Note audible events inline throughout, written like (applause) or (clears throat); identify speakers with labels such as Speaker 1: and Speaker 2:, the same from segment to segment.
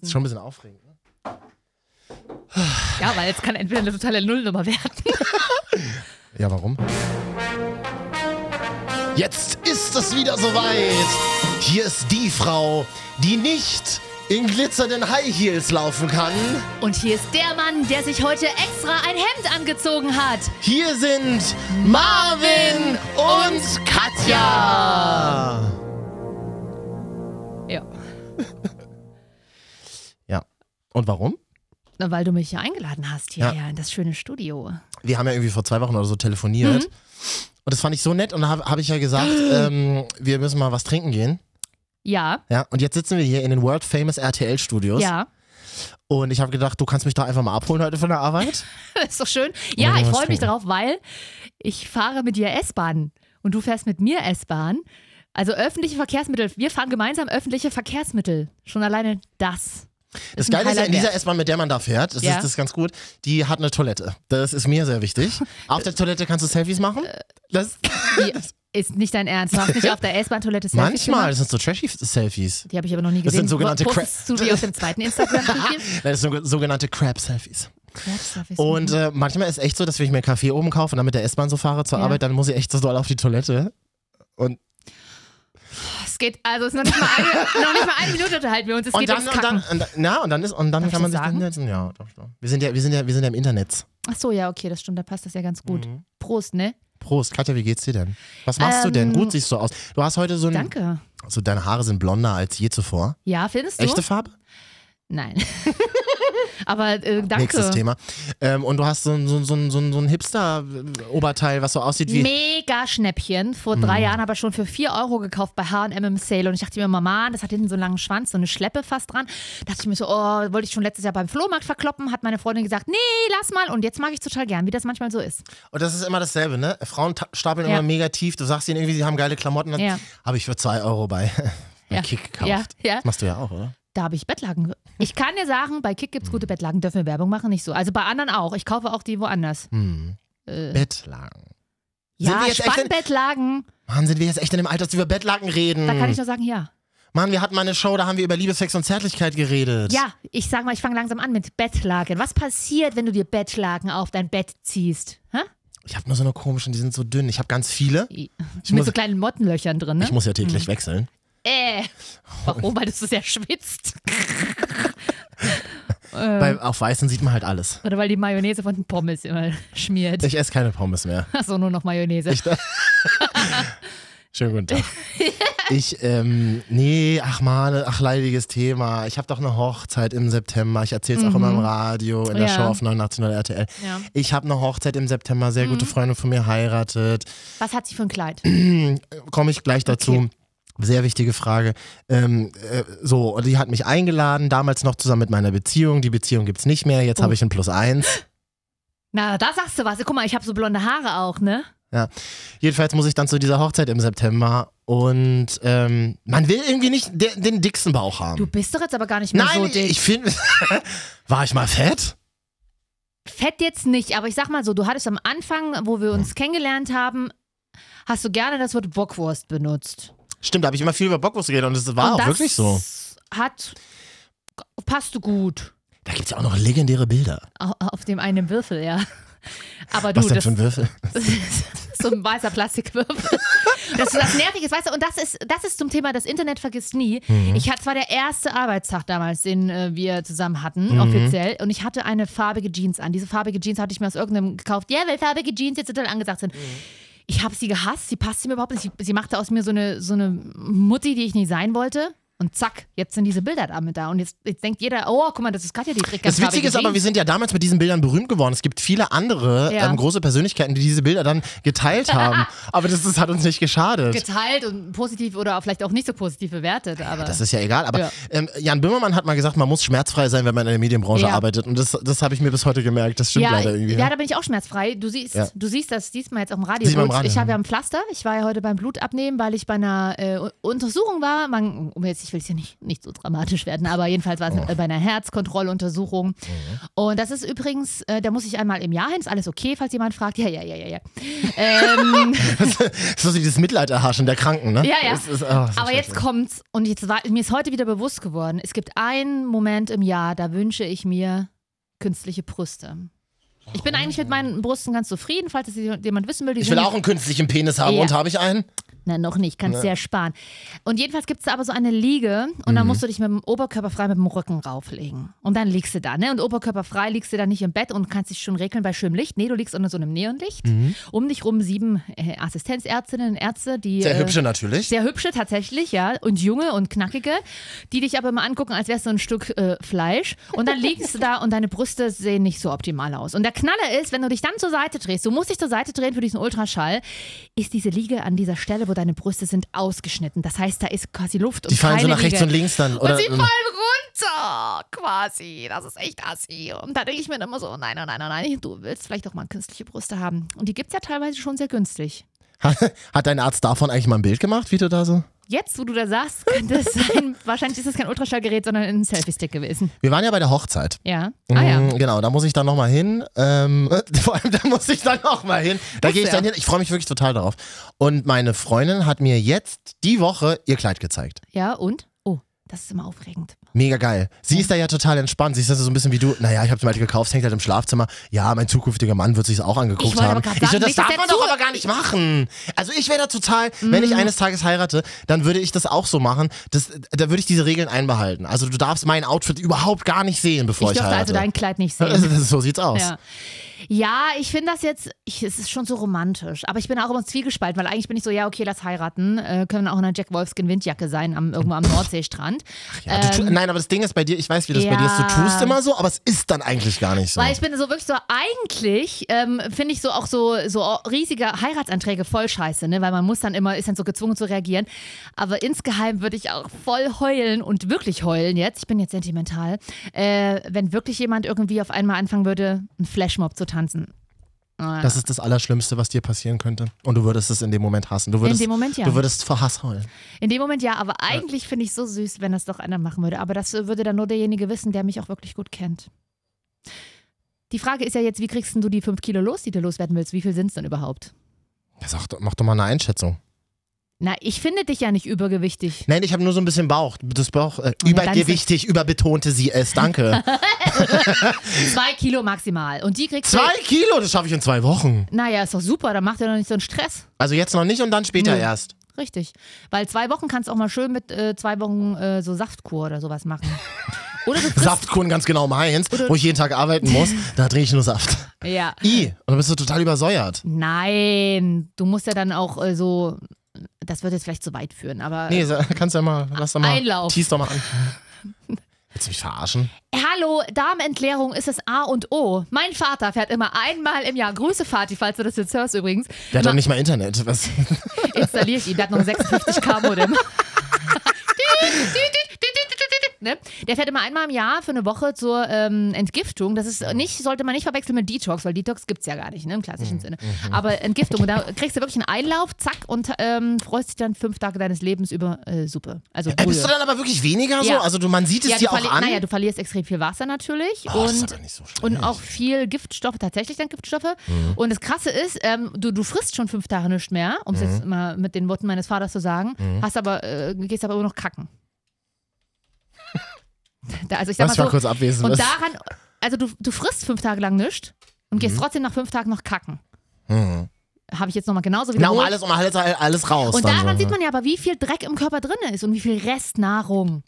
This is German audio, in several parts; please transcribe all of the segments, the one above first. Speaker 1: Ist schon ein bisschen aufregend. Ne?
Speaker 2: Ja, weil es kann entweder eine totale Nullnummer werden.
Speaker 1: Ja, warum? Jetzt ist es wieder soweit. Hier ist die Frau, die nicht in glitzernden High Heels laufen kann.
Speaker 2: Und hier ist der Mann, der sich heute extra ein Hemd angezogen hat.
Speaker 1: Hier sind Marvin und Katja.
Speaker 2: Ja.
Speaker 1: Ja. Und warum?
Speaker 2: Na, weil du mich ja eingeladen hast hierher in das schöne Studio.
Speaker 1: wir haben ja irgendwie vor zwei Wochen oder so telefoniert. Und das fand ich so nett und da habe hab ich ja (gasps) gesagt, ähm, wir müssen mal was trinken gehen.
Speaker 2: Ja,
Speaker 1: Ja, und jetzt sitzen wir hier in den World Famous RTL Studios.
Speaker 2: ja. (laughs)
Speaker 1: Und ich habe gedacht, du kannst mich da einfach mal abholen heute von der Arbeit.
Speaker 2: Das ist doch schön. Ja,
Speaker 1: Wollen wir
Speaker 2: ich
Speaker 1: was
Speaker 2: freue mich
Speaker 1: trinken?
Speaker 2: darauf, weil ich fahre mit dir S-Bahn und du fährst mit mir S-Bahn. Also öffentliche Verkehrsmittel. Wir fahren gemeinsam öffentliche Verkehrsmittel. Schon alleine
Speaker 1: (laughs)
Speaker 2: das.
Speaker 1: Das
Speaker 2: ein
Speaker 1: Geile ist ja,
Speaker 2: Highlight
Speaker 1: in dieser
Speaker 2: wert.
Speaker 1: S-Bahn, mit der man da fährt, das,
Speaker 2: Ja.
Speaker 1: ist, das ist ganz gut, die hat eine Toilette. Das ist mir sehr wichtig. Auf der Toilette kannst du Selfies machen.
Speaker 2: Äh,
Speaker 1: Das,
Speaker 2: Die ist nicht dein Ernst. Du hast nicht auf der S-Bahn-Toilette Selfies
Speaker 1: manchmal,
Speaker 2: gemacht?
Speaker 1: das sind so trashy Selfies.
Speaker 2: Die habe ich aber noch nie
Speaker 1: Das
Speaker 2: gesehen.
Speaker 1: sind sogenannte Cra-
Speaker 2: Postest du die auf dem
Speaker 1: (laughs)
Speaker 2: zweiten Instagram-Profil?
Speaker 1: Das sind so- sogenannte Crap-Selfies.
Speaker 2: Crap-Selfies.
Speaker 1: Und äh, manchmal ist echt so, dass wenn ich mir einen Kaffee oben kaufe und dann mit der S-Bahn so fahre zur
Speaker 2: Ja.
Speaker 1: Arbeit, dann muss ich echt so doll auf die Toilette. Und,
Speaker 2: Es geht, also es ist noch nicht mal eine, noch nicht mal eine Minute unterhalten wir uns. Es
Speaker 1: und
Speaker 2: geht
Speaker 1: dann,
Speaker 2: ums
Speaker 1: und
Speaker 2: Kacken.
Speaker 1: dann, und dann, na, und dann ist, und dann
Speaker 2: Darf ich
Speaker 1: kann man
Speaker 2: das
Speaker 1: sich
Speaker 2: sagen?
Speaker 1: hinsetzen. Ja, doch, doch. Wir sind ja, wir sind ja, wir sind ja im Internet.
Speaker 2: Ach so, ja, okay, das stimmt. Da passt das ja ganz gut.
Speaker 1: Mhm.
Speaker 2: Prost, ne?
Speaker 1: Prost, Katja, wie geht's dir denn? Was machst du denn?
Speaker 2: Ähm,
Speaker 1: Gut siehst du aus. Du hast heute so ein,
Speaker 2: Danke.
Speaker 1: also deine Haare sind blonder als je zuvor.
Speaker 2: Ja, findest du?
Speaker 1: Echte Farbe?
Speaker 2: Nein. (laughs) Aber äh, danke.
Speaker 1: Nächstes Thema. Ähm, und du hast so ein, so, ein- so, ein- so, ein- so ein Hipster-Oberteil, was so aussieht wie. Mhm.
Speaker 2: Mega Schnäppchen. Vor drei Jahren aber schon für 4 Euro gekauft bei HM im Sale. Und ich dachte mir, Mama, das hat hinten so einen langen Schwanz, so eine Schleppe fast dran. Dachte ich mir so, oh, wollte ich schon letztes Jahr beim Flohmarkt verkloppen. Hat meine Freundin gesagt, nee, lass mal. Und jetzt mag ich total gern, wie das manchmal so ist.
Speaker 1: Und das ist immer dasselbe, ne? Frauen ta- stapeln
Speaker 2: Ja.
Speaker 1: immer mega tief. Du sagst ihnen irgendwie, sie haben geile Klamotten. Dann
Speaker 2: Ja.
Speaker 1: Habe ich für zwei Euro bei, (laughs) bei
Speaker 2: Ja.
Speaker 1: Kick gekauft.
Speaker 2: Ja, ja.
Speaker 1: Das machst du ja auch, oder?
Speaker 2: Da habe ich
Speaker 1: (laughs)
Speaker 2: Bettlaken. ge- Ich kann dir sagen, bei Kick gibt es gute
Speaker 1: Hm.
Speaker 2: Bettlaken, dürfen wir Werbung machen, nicht so. Also bei anderen auch. Ich kaufe auch die woanders.
Speaker 1: Hm.
Speaker 2: Äh,
Speaker 1: Bettlaken.
Speaker 2: ja,
Speaker 1: wir jetzt echt in-
Speaker 2: Spannbettlagen.
Speaker 1: Mann, sind wir jetzt echt in dem Alter, dass wir über Bettlaken reden?
Speaker 2: Da kann ich nur sagen, ja.
Speaker 1: Mann, wir hatten mal eine Show, da haben wir über Liebe, Sex und Zärtlichkeit geredet.
Speaker 2: Ja, ich sag mal, ich fange langsam an mit Bettlaken. Was passiert, wenn du dir Bettlaken auf dein Bett ziehst? Hä?
Speaker 1: Ich habe nur so eine komischen, die sind so dünn. Ich habe ganz viele.
Speaker 2: Ich
Speaker 1: muss-
Speaker 2: mit so kleinen Mottenlöchern drin, ne?
Speaker 1: Ich Oh. muss ja täglich wechseln. (laughs)
Speaker 2: Äh. Warum? Weil du so sehr schwitzt. Ähm,
Speaker 1: Bei, auf Weißen sieht man halt alles.
Speaker 2: Oder weil die Mayonnaise von den Pommes immer (laughs) schmiert.
Speaker 1: Ich esse keine Pommes mehr.
Speaker 2: Achso, nur noch Mayonnaise.
Speaker 1: Schönen guten
Speaker 2: (laughs)
Speaker 1: Tag. ich, ähm, nee, ach Mann, ach leidiges Thema. Ich habe doch eine Hochzeit im September. Ich erzähle es auch immer im Radio, in der
Speaker 2: Mhm. Ja.
Speaker 1: Show auf 89 oder RTL.
Speaker 2: Ja. Mhm.
Speaker 1: Ich habe eine Hochzeit im September. Sehr gute Freundin von mir heiratet.
Speaker 2: Was hat sie für ein Kleid?
Speaker 1: Komme ich gleich dazu.
Speaker 2: Okay.
Speaker 1: Sehr wichtige Frage. Ähm, äh, so, und die hat mich eingeladen, damals noch zusammen mit meiner Beziehung. Die Beziehung gibt's nicht mehr. Jetzt
Speaker 2: Oh.
Speaker 1: habe ich ein Plus eins.
Speaker 2: Na, da sagst du was. Guck mal, ich habe so blonde Haare auch, ne?
Speaker 1: Jedenfalls muss ich dann zu dieser Hochzeit im September. Und ähm, man will irgendwie nicht de den dicksten Bauch haben.
Speaker 2: Du bist doch jetzt aber gar nicht mehr
Speaker 1: Nein,
Speaker 2: so dick.
Speaker 1: ich finde. (laughs) war ich mal fett?
Speaker 2: Fett jetzt nicht, aber ich sag mal so, du hattest am Anfang, wo wir
Speaker 1: Hm.
Speaker 2: uns kennengelernt haben, hast du gerne das Wort Bockwurst benutzt.
Speaker 1: Stimmt, da habe ich immer viel über Bockwurst geredet und das war
Speaker 2: Und
Speaker 1: auch
Speaker 2: das
Speaker 1: wirklich so.
Speaker 2: Hat passte gut
Speaker 1: Da gibt es ja auch noch legendäre Bilder.
Speaker 2: Au- auf dem einen Würfel, ja. Aber Ah, du,
Speaker 1: Was denn
Speaker 2: das,
Speaker 1: für ein Würfel?
Speaker 2: das ist (laughs) so ein
Speaker 1: (laughs)
Speaker 2: weißer Plastikwürfel. Das ist das Nerviges, weißt du, und das ist, das ist zum Thema, das Internet vergisst nie.
Speaker 1: Mhm.
Speaker 2: Ich hatte, zwar der erste Arbeitstag damals, den äh, wir zusammen hatten,
Speaker 1: Mhm.
Speaker 2: offiziell, und ich hatte eine farbige Jeans an. Diese farbige Jeans hatte ich mir aus irgendeinem gekauft. Ja, weil farbige Jeans jetzt total angesagt
Speaker 1: Mhm.
Speaker 2: sind. Ich habe sie gehasst, sie passte mir überhaupt nicht. Sie, sie machte aus mir so eine, so eine Mutti, die ich nie sein wollte. Und zack, jetzt sind diese Bilder damit da. Und jetzt, jetzt denkt jeder, oh, guck mal, das ist Katja, die trägt ganz
Speaker 1: Das Witzige
Speaker 2: farbige
Speaker 1: ist aber, wir
Speaker 2: Jeans.
Speaker 1: sind ja damals mit diesen Bildern berühmt geworden. Es gibt viele andere
Speaker 2: Ja.
Speaker 1: ähm, große Persönlichkeiten, die diese Bilder dann geteilt
Speaker 2: (laughs)
Speaker 1: haben. aber das, das hat uns nicht geschadet.
Speaker 2: geteilt und positiv oder vielleicht auch nicht so positiv bewertet. Aber
Speaker 1: Das ist ja egal. Aber
Speaker 2: Ja.
Speaker 1: Ähm, Jan Böhmermann hat mal gesagt, man muss schmerzfrei sein, wenn man in der Medienbranche
Speaker 2: Ja.
Speaker 1: arbeitet. Und das, das habe ich mir bis heute gemerkt. Das stimmt
Speaker 2: ja,
Speaker 1: leider irgendwie.
Speaker 2: ja,
Speaker 1: ne?
Speaker 2: da bin ich auch schmerzfrei. Du siehst,
Speaker 1: Ja.
Speaker 2: du siehst das diesmal jetzt auch im Radio.
Speaker 1: Sieht man im
Speaker 2: Gut,
Speaker 1: Radio,
Speaker 2: ich habe
Speaker 1: ne?
Speaker 2: ja ein Pflaster. Ich war ja heute beim Blutabnehmen, weil ich bei einer äh, U- Untersuchung war. Man, um jetzt ich will es hier nicht, nicht so dramatisch werden, aber jedenfalls
Speaker 1: Oh.
Speaker 2: war es äh, bei einer
Speaker 1: Mhm.
Speaker 2: Herzkontrolluntersuchung. Und das ist übrigens, äh, da muss ich einmal im Jahr hin, ist alles okay, falls jemand fragt. Ja, ja, ja, ja, ja. Ähm,
Speaker 1: Das ist so dieses Mitleid erhaschen der Kranken, ne?
Speaker 2: Ja, ja.
Speaker 1: Das ist, ah, das ist
Speaker 2: aber jetzt
Speaker 1: schrecklich.
Speaker 2: kommt's und jetzt war, mir ist heute wieder bewusst geworden, es gibt einen Moment im Jahr, da wünsche ich mir künstliche Brüste. Ich bin eigentlich mit meinen Brüsten ganz zufrieden, falls das jemand wissen will. Die
Speaker 1: Ich
Speaker 2: sind
Speaker 1: will auch einen künstlichen Penis haben
Speaker 2: Ja.
Speaker 1: und habe ich einen?
Speaker 2: Na, noch nicht, kannst dir ja sparen. Und jedenfalls gibt es da aber so eine Liege und
Speaker 1: Mhm.
Speaker 2: dann musst du dich mit dem Oberkörper frei mit dem Rücken rauflegen. Und dann liegst du da, ne? Und Oberkörper frei liegst du da nicht im Bett und kannst dich schon regeln bei schönem Licht. Nee, du liegst unter so einem Neonlicht.
Speaker 1: Mhm.
Speaker 2: Um dich rum sieben äh, Assistenzärztinnen und Ärzte, die.
Speaker 1: Sehr
Speaker 2: äh,
Speaker 1: hübsche natürlich.
Speaker 2: Sehr hübsche tatsächlich, ja. Und junge und knackige, die dich aber immer angucken, als wärst du ein Stück äh, Fleisch. Und dann liegst du da und deine Brüste sehen nicht so optimal aus. Und der Knaller ist, wenn du dich dann zur Seite drehst, du musst dich zur Seite drehen für diesen Ultraschall, ist diese Liege an dieser Stelle, wo deine Brüste sind, ausgeschnitten. Das heißt, da ist quasi Luft und
Speaker 1: Die fallen so
Speaker 2: keine
Speaker 1: nach rechts
Speaker 2: Liege.
Speaker 1: und links dann. Oder,
Speaker 2: Und sie
Speaker 1: ähm,
Speaker 2: fallen runter, quasi. Das ist echt assi. Und da denke ich mir dann immer so, oh nein, nein, nein, nein, nein, du willst vielleicht doch mal künstliche Brüste haben. Und die gibt es ja teilweise schon sehr günstig.
Speaker 1: hat dein Arzt davon eigentlich mal ein Bild gemacht, wie du da so?
Speaker 2: Jetzt, wo du da sagst, könnte es sein, wahrscheinlich ist das kein Ultraschallgerät, sondern ein Selfie-Stick gewesen.
Speaker 1: Wir waren ja bei der Hochzeit.
Speaker 2: Ja. Ah ja.
Speaker 1: Mm, Genau, da muss ich dann nochmal hin. Ähm, (laughs) vor allem, da muss ich dann nochmal hin. Da
Speaker 2: Das
Speaker 1: gehe ich
Speaker 2: wär-
Speaker 1: dann hin. Ich freue mich wirklich total darauf. Und meine Freundin hat mir jetzt die Woche ihr Kleid gezeigt.
Speaker 2: Ja, und? Oh, das ist immer aufregend.
Speaker 1: Mega geil. Sie ist da ja total entspannt. Sie ist also so ein bisschen wie du. Naja, ich habe es mal gekauft, es hängt halt im Schlafzimmer. Ja, mein zukünftiger Mann wird sich auch angeguckt
Speaker 2: Ich wollte
Speaker 1: haben.
Speaker 2: aber grad
Speaker 1: ich so,
Speaker 2: sagen,
Speaker 1: das
Speaker 2: nicht, dass
Speaker 1: darf
Speaker 2: der
Speaker 1: man doch
Speaker 2: zu-
Speaker 1: aber gar nicht machen. Also ich wäre da total, wenn
Speaker 2: Mhm.
Speaker 1: ich eines Tages heirate, dann würde ich das auch so machen. Das, da würde ich diese Regeln einbehalten. Also du darfst mein Outfit überhaupt gar nicht sehen, bevor
Speaker 2: Ich
Speaker 1: ich,
Speaker 2: durfte
Speaker 1: heirate.
Speaker 2: also dein Kleid
Speaker 1: (laughs)
Speaker 2: nicht
Speaker 1: also
Speaker 2: sehen.
Speaker 1: so sieht's aus.
Speaker 2: Ja, ja ich finde das jetzt, ich, es ist schon so romantisch, aber ich bin auch immer zwiegespalten, weil eigentlich bin ich so, ja, okay, lass heiraten, äh, können auch in einer Jack Wolfskin Windjacke sein, am, irgendwo am Nordseestrand.
Speaker 1: Ja, du tu- nein, aber das Ding ist bei dir, ich weiß, wie das bei dir ist. Du
Speaker 2: Ähm, Ja.
Speaker 1: tust immer so, aber es ist dann eigentlich gar nicht so.
Speaker 2: Weil ich bin so wirklich so, eigentlich ähm, finde ich so auch so, so riesige Heiratsanträge voll scheiße, ne? Weil man muss dann immer, ist dann so gezwungen zu reagieren. Aber insgeheim würde ich auch voll heulen und wirklich heulen jetzt, ich bin jetzt sentimental, äh, wenn wirklich jemand irgendwie auf einmal anfangen würde, einen Flashmob zu tanzen. Ah.
Speaker 1: das ist das Allerschlimmste, was dir passieren könnte. Und du würdest es in dem Moment hassen. Du
Speaker 2: In
Speaker 1: würdest,
Speaker 2: dem Moment ja.
Speaker 1: du würdest vor Hass heulen.
Speaker 2: In dem Moment ja, aber eigentlich finde ich so süß, wenn das doch einer machen würde. Aber das würde dann nur derjenige wissen, der mich auch wirklich gut kennt. Die Frage ist ja jetzt, wie kriegst denn du die 5 Kilo los, die du loswerden willst? Wie viel sind es denn überhaupt?
Speaker 1: Ja, sag, doch- mach doch mal eine Einschätzung.
Speaker 2: Na, ich finde dich ja nicht übergewichtig.
Speaker 1: Nein, ich habe nur so ein bisschen Bauch. Das Bauch, äh,
Speaker 2: Ja, dann
Speaker 1: übergewichtig, überbetonte sie es.
Speaker 2: (laughs)
Speaker 1: Danke.
Speaker 2: Zwei Kilo maximal. Und die kriegst
Speaker 1: zwei
Speaker 2: du.
Speaker 1: Kilo, das schaffe ich in zwei Wochen.
Speaker 2: Naja, ist doch super, dann macht ihr doch nicht so einen Stress.
Speaker 1: Also jetzt noch nicht und dann später
Speaker 2: Nö.
Speaker 1: erst.
Speaker 2: Richtig. Weil zwei Wochen kannst du auch mal schön mit äh, zwei Wochen äh, so Saftkur oder sowas machen.
Speaker 1: (laughs)
Speaker 2: Oder du frisst.
Speaker 1: Saftkuchen, ganz genau meins, wo ich jeden Tag arbeiten muss. da trinke ich nur Saft.
Speaker 2: Ja.
Speaker 1: I, und dann bist du total übersäuert.
Speaker 2: Nein, du musst ja dann auch äh, so. Das wird jetzt vielleicht zu weit führen, aber.
Speaker 1: Nee, sa- kannst ja mal, lass doch mal,
Speaker 2: Einlauf.
Speaker 1: tease doch mal an. Willst du mich verarschen?
Speaker 2: Hallo, Darmentleerung ist das A und O. Mein Vater fährt immer einmal im Jahr. Grüße, Fati, falls du das jetzt hörst übrigens.
Speaker 1: Der hat doch nicht mal Internet. Was?
Speaker 2: installiere ich ihn. Der hat noch ein 56K-Modem. Ne? Der fährt immer einmal im Jahr für eine Woche zur ähm, Entgiftung. Das ist nicht, sollte man nicht verwechseln mit Detox, weil Detox gibt es ja gar nicht, ne, im
Speaker 1: Mhm.
Speaker 2: klassischen Sinne. Aber Entgiftung, und da kriegst du wirklich einen Einlauf, zack, und ähm, freust dich dann fünf Tage deines Lebens über äh, Suppe. Also
Speaker 1: Äh, Bist du
Speaker 2: Brühe.
Speaker 1: dann aber wirklich weniger so?
Speaker 2: Ja.
Speaker 1: Also du, man sieht es
Speaker 2: ja,
Speaker 1: dir
Speaker 2: du
Speaker 1: auch
Speaker 2: verli-
Speaker 1: an.
Speaker 2: Naja, du verlierst extrem viel Wasser natürlich.
Speaker 1: oh, das
Speaker 2: und
Speaker 1: ist aber nicht so schlimm.
Speaker 2: und auch viel Giftstoffe, tatsächlich dann Giftstoffe.
Speaker 1: Mhm.
Speaker 2: Und das Krasse ist, ähm, du, du frisst schon fünf Tage nichts mehr, um
Speaker 1: Mhm.
Speaker 2: es jetzt mal mit den Worten meines Vaters zu sagen, hast aber, äh, gehst aber immer noch kacken.
Speaker 1: (laughs)
Speaker 2: da, also ich sag
Speaker 1: Lass
Speaker 2: mal
Speaker 1: mal
Speaker 2: so,
Speaker 1: kurz abwesend.
Speaker 2: und
Speaker 1: was-
Speaker 2: daran, also du, du frisst fünf Tage lang nichts und
Speaker 1: Mhm.
Speaker 2: gehst trotzdem nach fünf Tagen noch kacken.
Speaker 1: Hm.
Speaker 2: Habe ich jetzt nochmal genauso
Speaker 1: Na, um
Speaker 2: wiederholt.
Speaker 1: alles, um alles, alles raus.
Speaker 2: und
Speaker 1: dann ne?
Speaker 2: daran
Speaker 1: so.
Speaker 2: sieht man ja aber, wie viel Dreck im Körper drin ist und wie viel Restnahrung.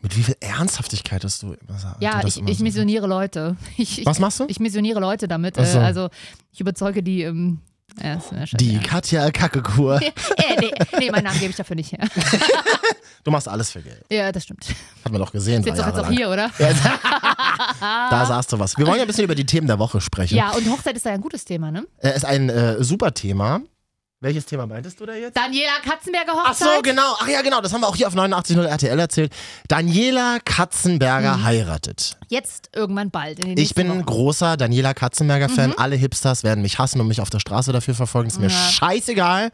Speaker 1: Mit wie viel Ernsthaftigkeit hast du immer sa-
Speaker 2: Ja,
Speaker 1: du das
Speaker 2: ich,
Speaker 1: immer
Speaker 2: ich
Speaker 1: so-
Speaker 2: missioniere Leute. (laughs) Ich, ich,
Speaker 1: Was machst du?
Speaker 2: Ich missioniere Leute damit.
Speaker 1: Ach so.
Speaker 2: Äh, also ich überzeuge die. Ähm, ja, ist mir scheißegal.
Speaker 1: Die Katja
Speaker 2: (laughs)
Speaker 1: Kackekur.
Speaker 2: äh, nee, nee, meinen Namen gebe ich dafür nicht her. (laughs)
Speaker 1: Du machst alles für Geld.
Speaker 2: Ja, das stimmt.
Speaker 1: Hat man doch gesehen. drei
Speaker 2: Sitzt doch
Speaker 1: Jahre
Speaker 2: jetzt auch
Speaker 1: lang.
Speaker 2: hier, oder?
Speaker 1: Da sagst du was. Wir wollen ja ein bisschen über die Themen der Woche sprechen.
Speaker 2: Ja, und Hochzeit ist da ja ein gutes Thema, ne?
Speaker 1: Äh, ist ein äh, super Thema. Welches Thema meintest du da jetzt?
Speaker 2: Daniela Katzenberger
Speaker 1: Ach
Speaker 2: Hochzeit.
Speaker 1: so, genau. Ach ja, genau. Das haben wir auch hier auf 89.0 RTL erzählt. Daniela Katzenberger
Speaker 2: Mhm.
Speaker 1: heiratet.
Speaker 2: Jetzt irgendwann bald. In den
Speaker 1: Ich
Speaker 2: nächsten
Speaker 1: bin ein
Speaker 2: Wochen.
Speaker 1: großer Daniela Katzenberger-Fan. Alle Hipsters werden mich hassen und mich auf der Straße dafür verfolgen. Ist mir scheißegal.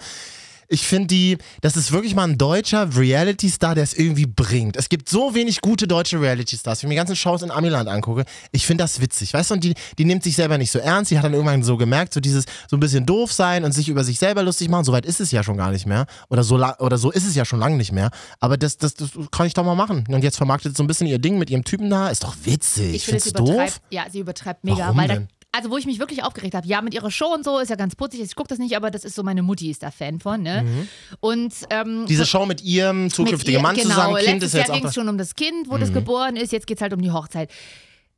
Speaker 1: ich finde die, das ist wirklich mal ein deutscher Reality-Star, der es irgendwie bringt. Es gibt so wenig gute deutsche Reality-Stars. Wenn ich mir die ganzen Shows in Amiland angucke, ich finde das witzig. Weißt du, und die, die nimmt sich selber nicht so ernst. Die hat dann irgendwann so gemerkt, so dieses so ein bisschen doof sein und sich über sich selber lustig machen. So weit ist es ja schon gar nicht mehr. Oder so, la- oder so ist es ja schon lange nicht mehr. Aber das, das, das kann ich doch mal machen. Und jetzt vermarktet sie so ein bisschen ihr Ding mit ihrem Typen da. Ist doch witzig.
Speaker 2: Ich finde,
Speaker 1: Findest
Speaker 2: sie
Speaker 1: du doof?
Speaker 2: übertreibt. Ja, sie übertreibt mega.
Speaker 1: Warum
Speaker 2: weil
Speaker 1: denn?
Speaker 2: Da, also, wo ich mich wirklich aufgeregt habe. Ja, mit ihrer Show und so ist ja ganz putzig. Ich gucke das nicht, aber das ist so, meine Mutti ist da Fan von, ne?
Speaker 1: Mhm.
Speaker 2: Und, ähm,
Speaker 1: Diese Show mit ihrem zukünftigen
Speaker 2: ihr-
Speaker 1: Mann
Speaker 2: genau,
Speaker 1: zusammen, Kind
Speaker 2: letztes
Speaker 1: ist jetzt Mhm.
Speaker 2: Jahr
Speaker 1: auch.
Speaker 2: ging es schon um das Kind, wo das geboren ist, jetzt geht es halt um die Hochzeit.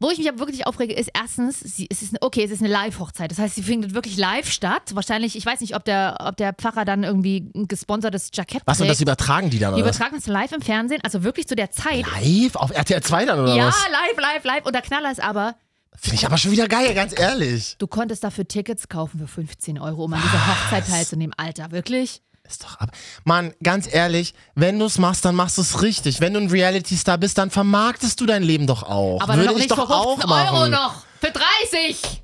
Speaker 2: Wo ich mich aber wirklich aufrege, ist erstens, sie, es ist, okay, es ist eine Live-Hochzeit. Das heißt, sie findet wirklich live statt. Wahrscheinlich, ich weiß nicht, ob der, ob der Pfarrer dann irgendwie ein gesponsertes Jackett
Speaker 1: Was, und
Speaker 2: trägt.
Speaker 1: das übertragen die dann?
Speaker 2: die
Speaker 1: Oder was?
Speaker 2: übertragen es live im Fernsehen, also wirklich zu der Zeit.
Speaker 1: Live? Auf RTL 2 dann oder
Speaker 2: Ja,
Speaker 1: was?
Speaker 2: live, live, live. Und der Knaller ist aber,
Speaker 1: Finde ich aber schon wieder geil, ganz ehrlich.
Speaker 2: Du konntest dafür Tickets kaufen für 15 Euro, um an dieser Hochzeit teilzunehmen. Alter, wirklich?
Speaker 1: Ist doch ab. Mann, ganz ehrlich, wenn du es machst, dann machst du es richtig. Wenn du ein Reality-Star bist, dann vermarktest du dein Leben doch auch.
Speaker 2: Aber
Speaker 1: Würde
Speaker 2: doch
Speaker 1: ich
Speaker 2: nicht
Speaker 1: doch
Speaker 2: für
Speaker 1: auch
Speaker 2: 15
Speaker 1: machen.
Speaker 2: Euro ne? noch. Für 30.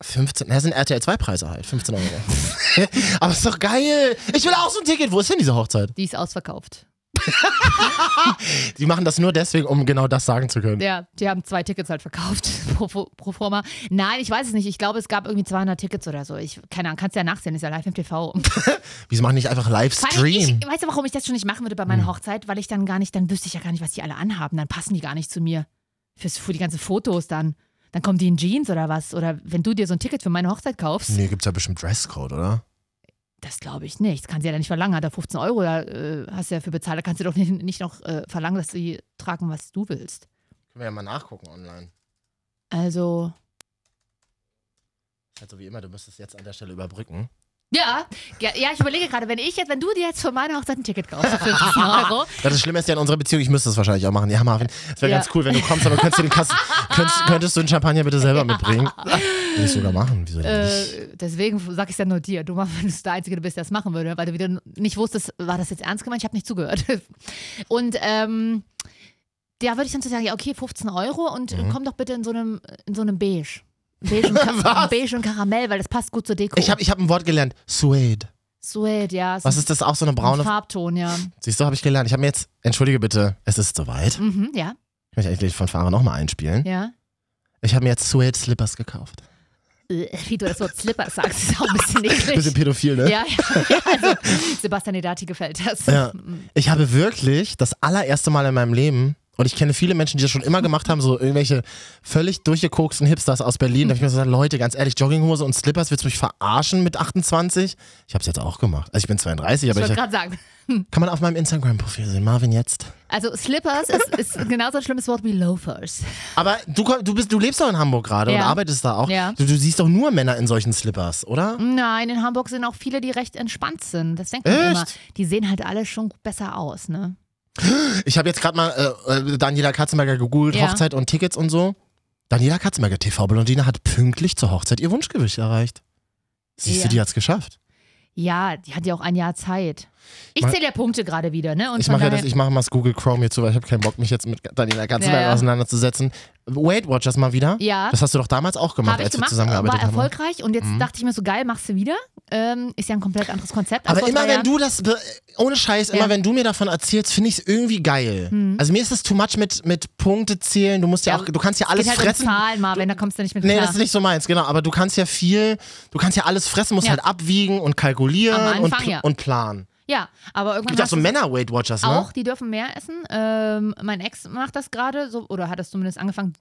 Speaker 1: 15, das sind RTL 2 Preise halt, 15 Euro. (laughs) aber ist doch geil. Ich will auch so ein Ticket. Wo ist denn diese Hochzeit?
Speaker 2: Die ist ausverkauft.
Speaker 1: Die machen das nur deswegen, um genau das sagen zu können.
Speaker 2: Ja, die haben zwei Tickets halt verkauft (laughs) pro, pro, pro forma. Nein, ich weiß es nicht. Ich glaube, es gab irgendwie 200 Tickets oder so. Ich, keine Ahnung, kannst ja nachsehen. Ist ja live im TV. Vor
Speaker 1: Wieso machen die nicht einfach
Speaker 2: allem,
Speaker 1: Livestream?
Speaker 2: Ich, weißt du, warum ich das schon nicht machen würde bei meiner Hochzeit? Weil ich dann gar nicht, dann wüsste ich ja gar nicht, was die alle anhaben. Dann passen die gar nicht zu mir. Fürs, für die ganzen Fotos dann. Dann kommen die in Jeans oder was. Oder wenn du dir so ein Ticket für meine Hochzeit kaufst.
Speaker 1: Nee, gibt's ja bestimmt Dresscode, oder?
Speaker 2: Das glaube ich nicht. Das kann sie ja dann nicht verlangen. Hat er 15 Euro, da äh, hast du ja für bezahlt. Da kannst du doch nicht, nicht noch äh, verlangen, dass sie tragen, was du willst.
Speaker 1: Können wir ja mal nachgucken online.
Speaker 2: Also,
Speaker 1: Also wie immer, du müsstest jetzt an der Stelle überbrücken.
Speaker 2: ja. Ja, ja ich überlege gerade, wenn ich jetzt, wenn du dir jetzt für meine Hochzeit ein Ticket kaufst
Speaker 1: (laughs)
Speaker 2: für 15 Euro,
Speaker 1: Ja, Das Schlimme ist ja in unserer Beziehung, ich müsste das wahrscheinlich auch machen. Ja, Marvin, es wäre
Speaker 2: Ja.
Speaker 1: ganz cool, wenn du kommst, aber könntest du, den Kasten, könntest, könntest du den Champagner bitte selber mitbringen? Will ich sogar machen, wieso denn nicht?
Speaker 2: äh, deswegen sage ich es ja nur dir. Du, machst- wenn du der Einzige bist, der das machen würde, weil du wieder nicht wusstest, war das jetzt ernst gemeint? Ich habe nicht zugehört. (laughs) Und ähm, da würde ich dann so sagen, ja, okay, 15 Euro und
Speaker 1: Mhm.
Speaker 2: komm doch bitte in so einem, in so einem Beige.
Speaker 1: (laughs)
Speaker 2: Beige und, Ka Beige und Karamell, weil das passt gut zur Deko.
Speaker 1: Ich habe ich hab ein Wort gelernt, Suede.
Speaker 2: Suede, ja.
Speaker 1: Was ist das, auch so eine braune?
Speaker 2: Ein Farbton, ja.
Speaker 1: Siehst du, habe ich gelernt. Ich habe mir jetzt, entschuldige bitte, es ist soweit.
Speaker 2: Mhm, ja,
Speaker 1: Ich möchte eigentlich von Fahrer nochmal einspielen.
Speaker 2: ja.
Speaker 1: Ich habe mir jetzt Suede Slippers gekauft.
Speaker 2: Äh, Wie du das Wort Slipper sagst, ist auch
Speaker 1: (laughs)
Speaker 2: ein bisschen
Speaker 1: Bisschen
Speaker 2: eklig.
Speaker 1: pädophil, ne?
Speaker 2: Ja, ja, (laughs) ja. Also, Sebastian Edati gefällt das.
Speaker 1: Ja. Ich habe wirklich das allererste Mal in meinem Leben, und ich kenne viele Menschen, die das schon immer gemacht haben, so irgendwelche völlig durchgekoksten Hipsters aus Berlin. Da habe ich mir so gesagt, Leute, ganz ehrlich, Jogginghose und Slippers, willst du mich verarschen mit 28? Ich habe es jetzt auch gemacht. Also ich bin 32,
Speaker 2: Ich
Speaker 1: aber
Speaker 2: wollte
Speaker 1: ich,
Speaker 2: gerade sagen.
Speaker 1: kann man auf meinem Instagram-Profil sehen, Marvin jetzt.
Speaker 2: Also Slippers ist, ist genauso ein schlimmes Wort wie Loafers.
Speaker 1: Aber du, komm- du, bist, du lebst doch in Hamburg gerade und
Speaker 2: Ja.
Speaker 1: arbeitest da auch.
Speaker 2: Ja.
Speaker 1: Du, du siehst doch nur Männer in solchen Slippers, oder?
Speaker 2: Nein, in Hamburg sind auch viele, die recht entspannt sind. Das denkt man
Speaker 1: Echt?
Speaker 2: immer. Die sehen halt alle schon besser aus, ne?
Speaker 1: Ich habe jetzt gerade mal äh, äh, Daniela Katzenberger gegoogelt,
Speaker 2: Ja.
Speaker 1: Hochzeit und Tickets und so. Daniela Katzenberger, TV-Blondine, hat pünktlich zur Hochzeit ihr Wunschgewicht erreicht. Siehst
Speaker 2: Ja.
Speaker 1: du, die hat's geschafft.
Speaker 2: Ja, die hat ja auch ein Jahr Zeit. Ich
Speaker 1: Mal-
Speaker 2: zähle ja Punkte gerade wieder, ne? Und
Speaker 1: ich
Speaker 2: von
Speaker 1: mache ja
Speaker 2: daher-
Speaker 1: das, ich mache mal das Google Chrome hier zu, weil ich habe keinen Bock, mich jetzt mit Daniela Katzenberger
Speaker 2: Ja, ja.
Speaker 1: auseinanderzusetzen. Weight Watchers mal wieder.
Speaker 2: Ja.
Speaker 1: Das hast du doch damals auch gemacht,
Speaker 2: Habe ich
Speaker 1: als wir
Speaker 2: gemacht,
Speaker 1: zusammengearbeitet
Speaker 2: war
Speaker 1: haben.
Speaker 2: erfolgreich und jetzt
Speaker 1: Mhm.
Speaker 2: dachte ich mir so, geil, machst du wieder. Ähm, ist ja ein komplett anderes Konzept.
Speaker 1: Aber
Speaker 2: Also als vor
Speaker 1: immer
Speaker 2: drei
Speaker 1: wenn du
Speaker 2: Jahren.
Speaker 1: das, be- äh, ohne Scheiß, immer
Speaker 2: Ja. Hm.
Speaker 1: wenn du mir davon erzählst, finde ich es irgendwie geil. Also mir ist das too much mit, mit Punkte zählen. Du musst ja,
Speaker 2: Ja,
Speaker 1: auch, du kannst ja
Speaker 2: Es
Speaker 1: alles
Speaker 2: geht halt
Speaker 1: fressen.
Speaker 2: um Zahlen, Marvin, da kommst du nicht mit
Speaker 1: Nee,
Speaker 2: klar.
Speaker 1: das ist nicht so meins, genau. Aber du kannst ja viel, du kannst ja alles fressen, musst
Speaker 2: Ja.
Speaker 1: halt abwiegen und kalkulieren
Speaker 2: Am Anfang,
Speaker 1: und, pl
Speaker 2: ja.
Speaker 1: und planen.
Speaker 2: ja, aber irgendwann
Speaker 1: Gibt auch
Speaker 2: hast
Speaker 1: so
Speaker 2: du
Speaker 1: Männer-Weight Watchers, ne?
Speaker 2: auch, die dürfen mehr essen. Ähm, mein Ex macht das gerade, so, oder hat das zumindest angefangen.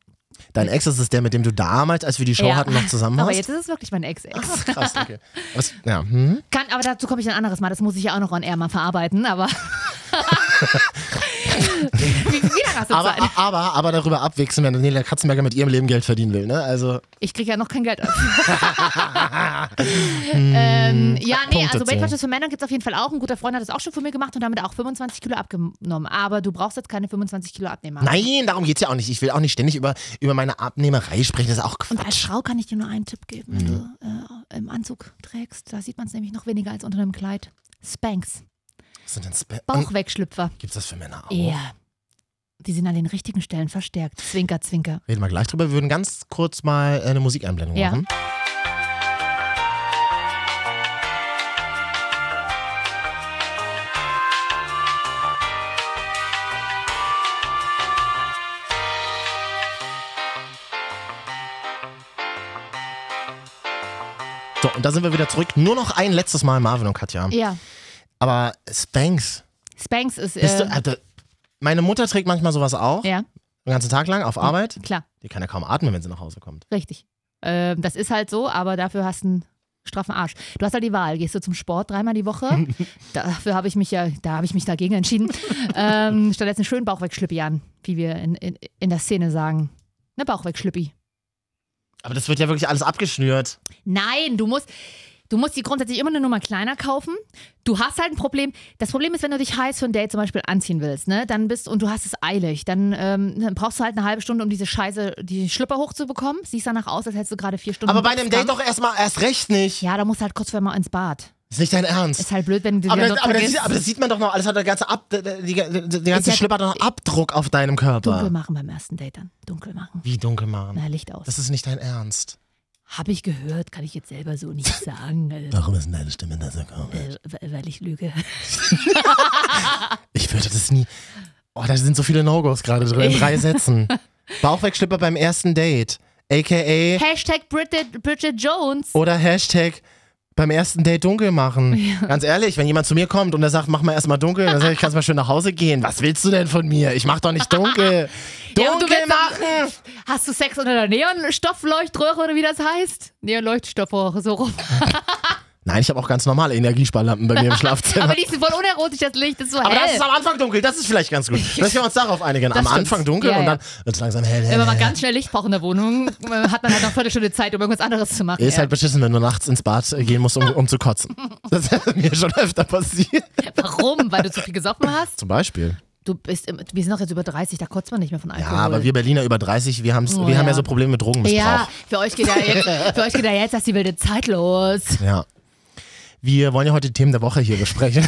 Speaker 1: Dein Ex ist es der, mit dem du damals, als wir die Show
Speaker 2: Ja.
Speaker 1: hatten,
Speaker 2: (laughs)
Speaker 1: noch zusammen Ah.
Speaker 2: Aber
Speaker 1: warst?
Speaker 2: jetzt ist es wirklich mein Ex-Ex.
Speaker 1: Ach, krass,
Speaker 2: (laughs)
Speaker 1: okay. Was, ja, hm?
Speaker 2: Kann, aber dazu komme ich ein anderes Mal. Das muss ich ja auch noch on air mal verarbeiten, aber. (laughs) wie, wie lange hast du
Speaker 1: aber, ah.
Speaker 2: Zeit?
Speaker 1: a- aber, aber darüber abwechseln, wenn Daniela Katzenberger mit ihrem Leben Geld verdienen will, ne? Also, ah.
Speaker 2: Ich kriege ja noch kein Geld
Speaker 1: Hm,
Speaker 2: dafür. ähm, ja, nee,
Speaker 1: Punkte
Speaker 2: also
Speaker 1: zählen.
Speaker 2: Weight Watchers für Männer gibt es auf jeden Fall auch. Ein guter Freund hat das auch schon für mich gemacht und damit auch 25 Kilo abgenommen. Aber du brauchst jetzt keine 25 Kilo abnehmen.
Speaker 1: nein, darum geht's ja auch nicht. Ich will auch nicht ständig über, über meine Abnehmerei sprechen, das ist auch
Speaker 2: Und als
Speaker 1: Quatsch.
Speaker 2: Frau kann ich dir nur einen Tipp geben, wenn
Speaker 1: Mhm.
Speaker 2: du äh, im Anzug trägst. Da sieht man es nämlich noch weniger als unter einem Kleid. Spanks.
Speaker 1: Was sind denn Spa- Und
Speaker 2: Bauchwegschlüpfer.
Speaker 1: Gibt's das für Männer auch?
Speaker 2: Ja. Die sind an den richtigen Stellen verstärkt. Zwinker, zwinker.
Speaker 1: Reden wir gleich drüber. Wir würden ganz kurz mal äh, eine Musikeinblendung
Speaker 2: Ja.
Speaker 1: machen. So, und da sind wir wieder zurück. Nur noch ein letztes Mal Marvin und Katja.
Speaker 2: Ja.
Speaker 1: Aber Spanx.
Speaker 2: Spanx ist.
Speaker 1: Bist du,
Speaker 2: äh,
Speaker 1: Alter, meine Mutter trägt manchmal sowas auch.
Speaker 2: ja,
Speaker 1: Den ganzen Tag lang auf Arbeit.
Speaker 2: klar,
Speaker 1: Die kann ja kaum atmen, wenn sie nach Hause kommt.
Speaker 2: richtig. Ähm, das ist halt so, aber dafür hast du einen straffen Arsch. Du hast halt die Wahl. Gehst du zum Sport dreimal
Speaker 1: (laughs)
Speaker 2: die Woche? dafür habe ich mich ja, da habe ich mich dagegen entschieden. ähm, stattdessen schön Bauch wegschlüppi an, wie wir in, in, in der Szene sagen. Ne, Bauch wegschlüppi.
Speaker 1: Aber das wird ja wirklich alles abgeschnürt.
Speaker 2: Nein, du musst, du musst die grundsätzlich immer eine Nummer kleiner kaufen. Du hast halt ein Problem. Das Problem ist, wenn du dich heiß für ein Date zum Beispiel anziehen willst, ne, dann bist und du hast es eilig, dann, ähm, dann brauchst du halt eine halbe Stunde, um diese Scheiße, die Schlüpper hochzubekommen. Siehst danach aus, als hättest du gerade vier Stunden.
Speaker 1: Aber bei einem Date
Speaker 2: Boxkampf.
Speaker 1: doch erstmal erst recht nicht.
Speaker 2: Ja, da musst du halt kurz vorher mal ins Bad.
Speaker 1: Ist nicht dein Ernst.
Speaker 2: Ist halt blöd, wenn du
Speaker 1: Aber,
Speaker 2: dann
Speaker 1: das,
Speaker 2: dort
Speaker 1: aber, das
Speaker 2: vergisst,
Speaker 1: sieht, aber das sieht man doch noch. Alles hat der ganze, Ab, die, die, die, die ganze
Speaker 2: ja-
Speaker 1: Schlipper hat doch noch Abdruck auf deinem
Speaker 2: dunkel
Speaker 1: Körper.
Speaker 2: machen beim ersten Date dann. Dunkel machen.
Speaker 1: Wie dunkel machen.
Speaker 2: Na, Licht aus.
Speaker 1: Das ist nicht dein Ernst.
Speaker 2: Habe ich gehört, kann ich jetzt selber so nicht (laughs) sagen, äh,
Speaker 1: Warum ist denn deine Stimme da so komisch?
Speaker 2: äh, weil ich lüge. (laughs)
Speaker 1: Ich würde das nie. Oh, da sind so viele No-Gos gerade drin. In
Speaker 2: (laughs)
Speaker 1: drei Sätzen. Bauchwegschlipper beim ersten Date. AKA
Speaker 2: Hashtag Bridget, Bridget Jones.
Speaker 1: oder Hashtag beim ersten Date dunkel machen. Ganz ehrlich, wenn jemand zu mir kommt und er sagt, mach mal erstmal dunkel, dann sage ich, kannst mal schön nach Hause gehen. Was willst du denn von mir? Ich mach doch nicht dunkel.
Speaker 2: (laughs) Ja, und du
Speaker 1: Dunkel
Speaker 2: willst
Speaker 1: machen!
Speaker 2: Hast du Sex unter der Neonstoffleuchtröhre oder wie das heißt? Neonleuchtstoffröhre, so rum.
Speaker 1: Nein, ich habe auch ganz normale Energiesparlampen bei mir im Schlafzimmer.
Speaker 2: (laughs) Aber die sind voll unerotisch, das Licht ist so
Speaker 1: Aber
Speaker 2: hell.
Speaker 1: das ist am Anfang dunkel, das ist vielleicht
Speaker 2: (laughs)
Speaker 1: ganz gut. Dass wir uns darauf einigen. Am
Speaker 2: stimmt.
Speaker 1: Anfang dunkel
Speaker 2: Ja,
Speaker 1: und
Speaker 2: ja.
Speaker 1: dann wird es langsam hell. hell,
Speaker 2: Wenn man
Speaker 1: hell.
Speaker 2: mal ganz schnell Licht braucht in der Wohnung, äh, hat man halt noch eine Viertelstunde Zeit, um irgendwas anderes zu machen.
Speaker 1: Ist
Speaker 2: ja.
Speaker 1: halt beschissen, wenn du nachts ins Bad äh, gehen musst, um, um zu
Speaker 2: (laughs)
Speaker 1: kotzen. Das ist mir schon öfter passiert.
Speaker 2: Warum? Weil du zu viel gesoffen hast?
Speaker 1: Zum Beispiel.
Speaker 2: Du bist, im- wir sind doch jetzt über 30, da kotzt man nicht mehr von
Speaker 1: Ja,
Speaker 2: Alkohol.
Speaker 1: aber wir Berliner über 30, wir, haben's,
Speaker 2: Oh,
Speaker 1: wir haben
Speaker 2: ja.
Speaker 1: ja so Probleme mit Drogenmissbrauch.
Speaker 2: Ja, für euch geht ja jetzt, für euch geht ja jetzt erst die wilde Zeit los.
Speaker 1: Ja. Wir wollen ja heute die Themen der Woche hier
Speaker 2: (laughs)
Speaker 1: besprechen.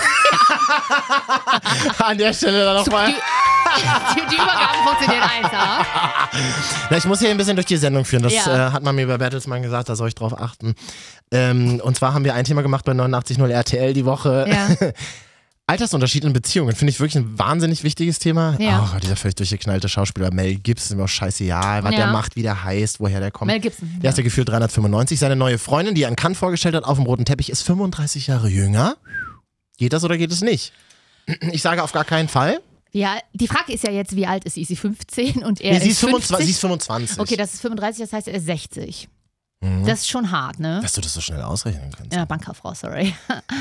Speaker 1: (laughs) An der Stelle dann
Speaker 2: Die,
Speaker 1: nochmal.
Speaker 2: die, die Übergaben funktionieren eins, ja?
Speaker 1: Na, Ich muss hier ein bisschen durch die Sendung führen. Das
Speaker 2: Ja.
Speaker 1: äh, hat man mir bei Bertelsmann gesagt, da soll ich drauf achten. Ähm, und zwar haben wir ein Thema gemacht bei 89.0 RTL die Woche.
Speaker 2: Ja.
Speaker 1: Altersunterschied in Beziehungen finde ich wirklich ein wahnsinnig wichtiges Thema.
Speaker 2: Ja.
Speaker 1: Oh Gott, dieser völlig durchgeknallte Schauspieler Mel Gibson, ist mir auch scheißegal, was
Speaker 2: Ja.
Speaker 1: der macht, wie der heißt, woher der kommt.
Speaker 2: Mel Gibson.
Speaker 1: Der ist ja gefühlt 395. Seine neue Freundin, die er in Cannes vorgestellt hat, auf dem roten Teppich, ist 35 Jahre jünger. Geht das oder geht es nicht? (clears throat) Ich sage auf gar keinen Fall.
Speaker 2: Ja, die Frage ist ja jetzt, wie alt ist sie? Ist sie 15 und er
Speaker 1: Nee, sie,
Speaker 2: ist
Speaker 1: ist 25,
Speaker 2: 50?
Speaker 1: sie ist 25.
Speaker 2: Okay, das ist 35, das heißt, er ist 60. Das ist schon hart, ne?
Speaker 1: Dass du Mhm. das so schnell ausrechnen kannst.
Speaker 2: Ja, Bankerfrau, sorry. (laughs)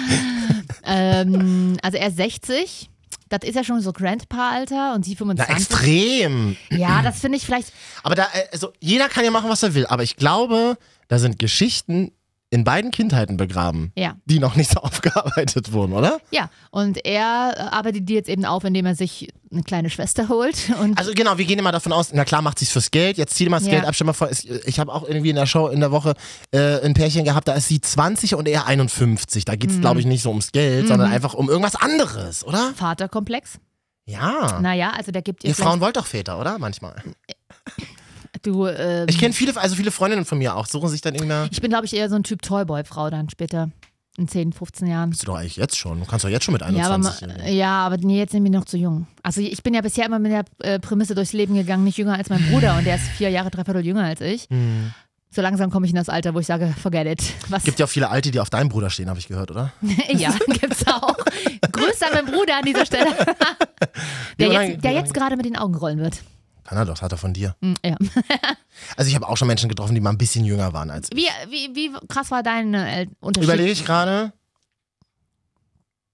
Speaker 2: ähm, also er ist 60. Das ist ja schon so Grandpa-Alter und sie
Speaker 1: Na,
Speaker 2: 25.
Speaker 1: extrem.
Speaker 2: ja, das finde ich vielleicht.
Speaker 1: Aber da, äh, also jeder kann ja machen, was er will. Aber ich glaube, da sind Geschichten in beiden Kindheiten begraben,
Speaker 2: Ja,
Speaker 1: die noch nicht so (laughs) aufgearbeitet wurden, oder?
Speaker 2: ja. Und er äh, arbeitet die jetzt eben auf, indem er sich eine kleine Schwester holt. Und
Speaker 1: Also genau, wir gehen immer davon aus, na klar macht sie's fürs Geld, jetzt zieh dir mal das
Speaker 2: Ja.
Speaker 1: Geld ab, stell mal vor, es- ich habe auch irgendwie in der Show in der Woche äh, ein Pärchen gehabt, da ist sie 20 und er 51. Da geht's glaub glaube
Speaker 2: Mhm.
Speaker 1: ich nicht so ums Geld, sondern einfach um irgendwas anderes, oder?
Speaker 2: Vaterkomplex.
Speaker 1: Ja.
Speaker 2: Naja, also der gibt ihr
Speaker 1: Ah. Ihr
Speaker 2: vielleicht-
Speaker 1: Frauen wollt doch Väter, oder? Manchmal.
Speaker 2: Du, ähm,
Speaker 1: Ich kenne viele, also viele Freundinnen von mir auch, suchen sich dann irgendeine.
Speaker 2: ich bin, glaube ich, eher so ein Typ Toyboy-Frau dann später. In 10, 15 Jahren.
Speaker 1: Bist du doch eigentlich jetzt schon. Du kannst doch jetzt schon mit
Speaker 2: Ja, aber,
Speaker 1: 21.
Speaker 2: ma- ja, aber nee, jetzt sind wir noch zu jung. Also ich bin ja bisher immer mit der äh, Prämisse durchs Leben gegangen, nicht jünger als mein Bruder und der ist vier Jahre, dreiviertel jünger als ich. So langsam komme ich in das Alter, wo ich sage, forget it. Was?
Speaker 1: Gibt ja auch viele Alte, die auf deinem Bruder stehen, habe ich gehört, oder?
Speaker 2: (laughs) ja, gibt's auch. Grüße an meinen Bruder an dieser (laughs) Stelle. der
Speaker 1: Wie lange-
Speaker 2: jetzt, der
Speaker 1: wie
Speaker 2: jetzt gerade mit den Augen rollen wird.
Speaker 1: Kann er doch, hat er von dir.
Speaker 2: Hm, Ja.
Speaker 1: Also ich habe auch schon Menschen getroffen, die mal ein bisschen jünger waren als ich.
Speaker 2: Wie, wie, wie krass war dein äh, Unterschied?
Speaker 1: Überlege ich gerade.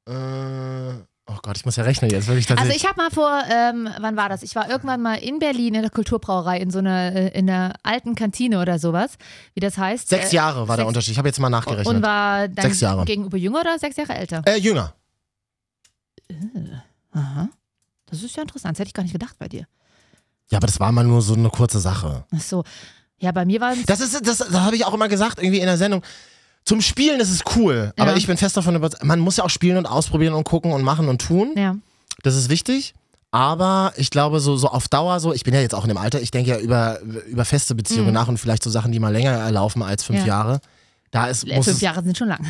Speaker 1: Äh, oh Gott, ich muss ja rechnen jetzt, wirklich
Speaker 2: Also
Speaker 1: tatsächlich.
Speaker 2: ich habe mal vor, ähm, wann war das? Ich war irgendwann mal in Berlin in der Kulturbrauerei in so einer äh, in der alten Kantine oder sowas, wie das heißt.
Speaker 1: Sechs
Speaker 2: Äh,
Speaker 1: Jahre war der
Speaker 2: sechs-
Speaker 1: Unterschied. Ich habe jetzt mal nachgerechnet.
Speaker 2: Und war dann
Speaker 1: Sechs Jahre.
Speaker 2: gegenüber jünger oder sechs Jahre älter?
Speaker 1: äh, jünger.
Speaker 2: Aha. Das ist ja interessant. Das hätte ich gar nicht gedacht bei dir.
Speaker 1: Ja, aber das war mal nur so eine kurze Sache.
Speaker 2: Ach so. Ja, bei mir waren
Speaker 1: Das ist, das, das habe ich auch immer gesagt, irgendwie in der Sendung. Zum Spielen ist es cool, aber
Speaker 2: Ja.
Speaker 1: ich bin fest davon überzeugt, man muss ja auch spielen und ausprobieren und gucken und machen und tun.
Speaker 2: (laughs) Ja.
Speaker 1: Das ist wichtig. Aber ich glaube, so, so auf Dauer, so, ich bin ja jetzt auch in dem Alter, ich denke ja über, über feste Beziehungen nach und vielleicht so Sachen, die mal länger laufen als fünf
Speaker 2: Mhm. Ja.
Speaker 1: Jahre. Da ist,
Speaker 2: Äh,
Speaker 1: muss
Speaker 2: Fünf
Speaker 1: es,
Speaker 2: Jahre sind schon lang.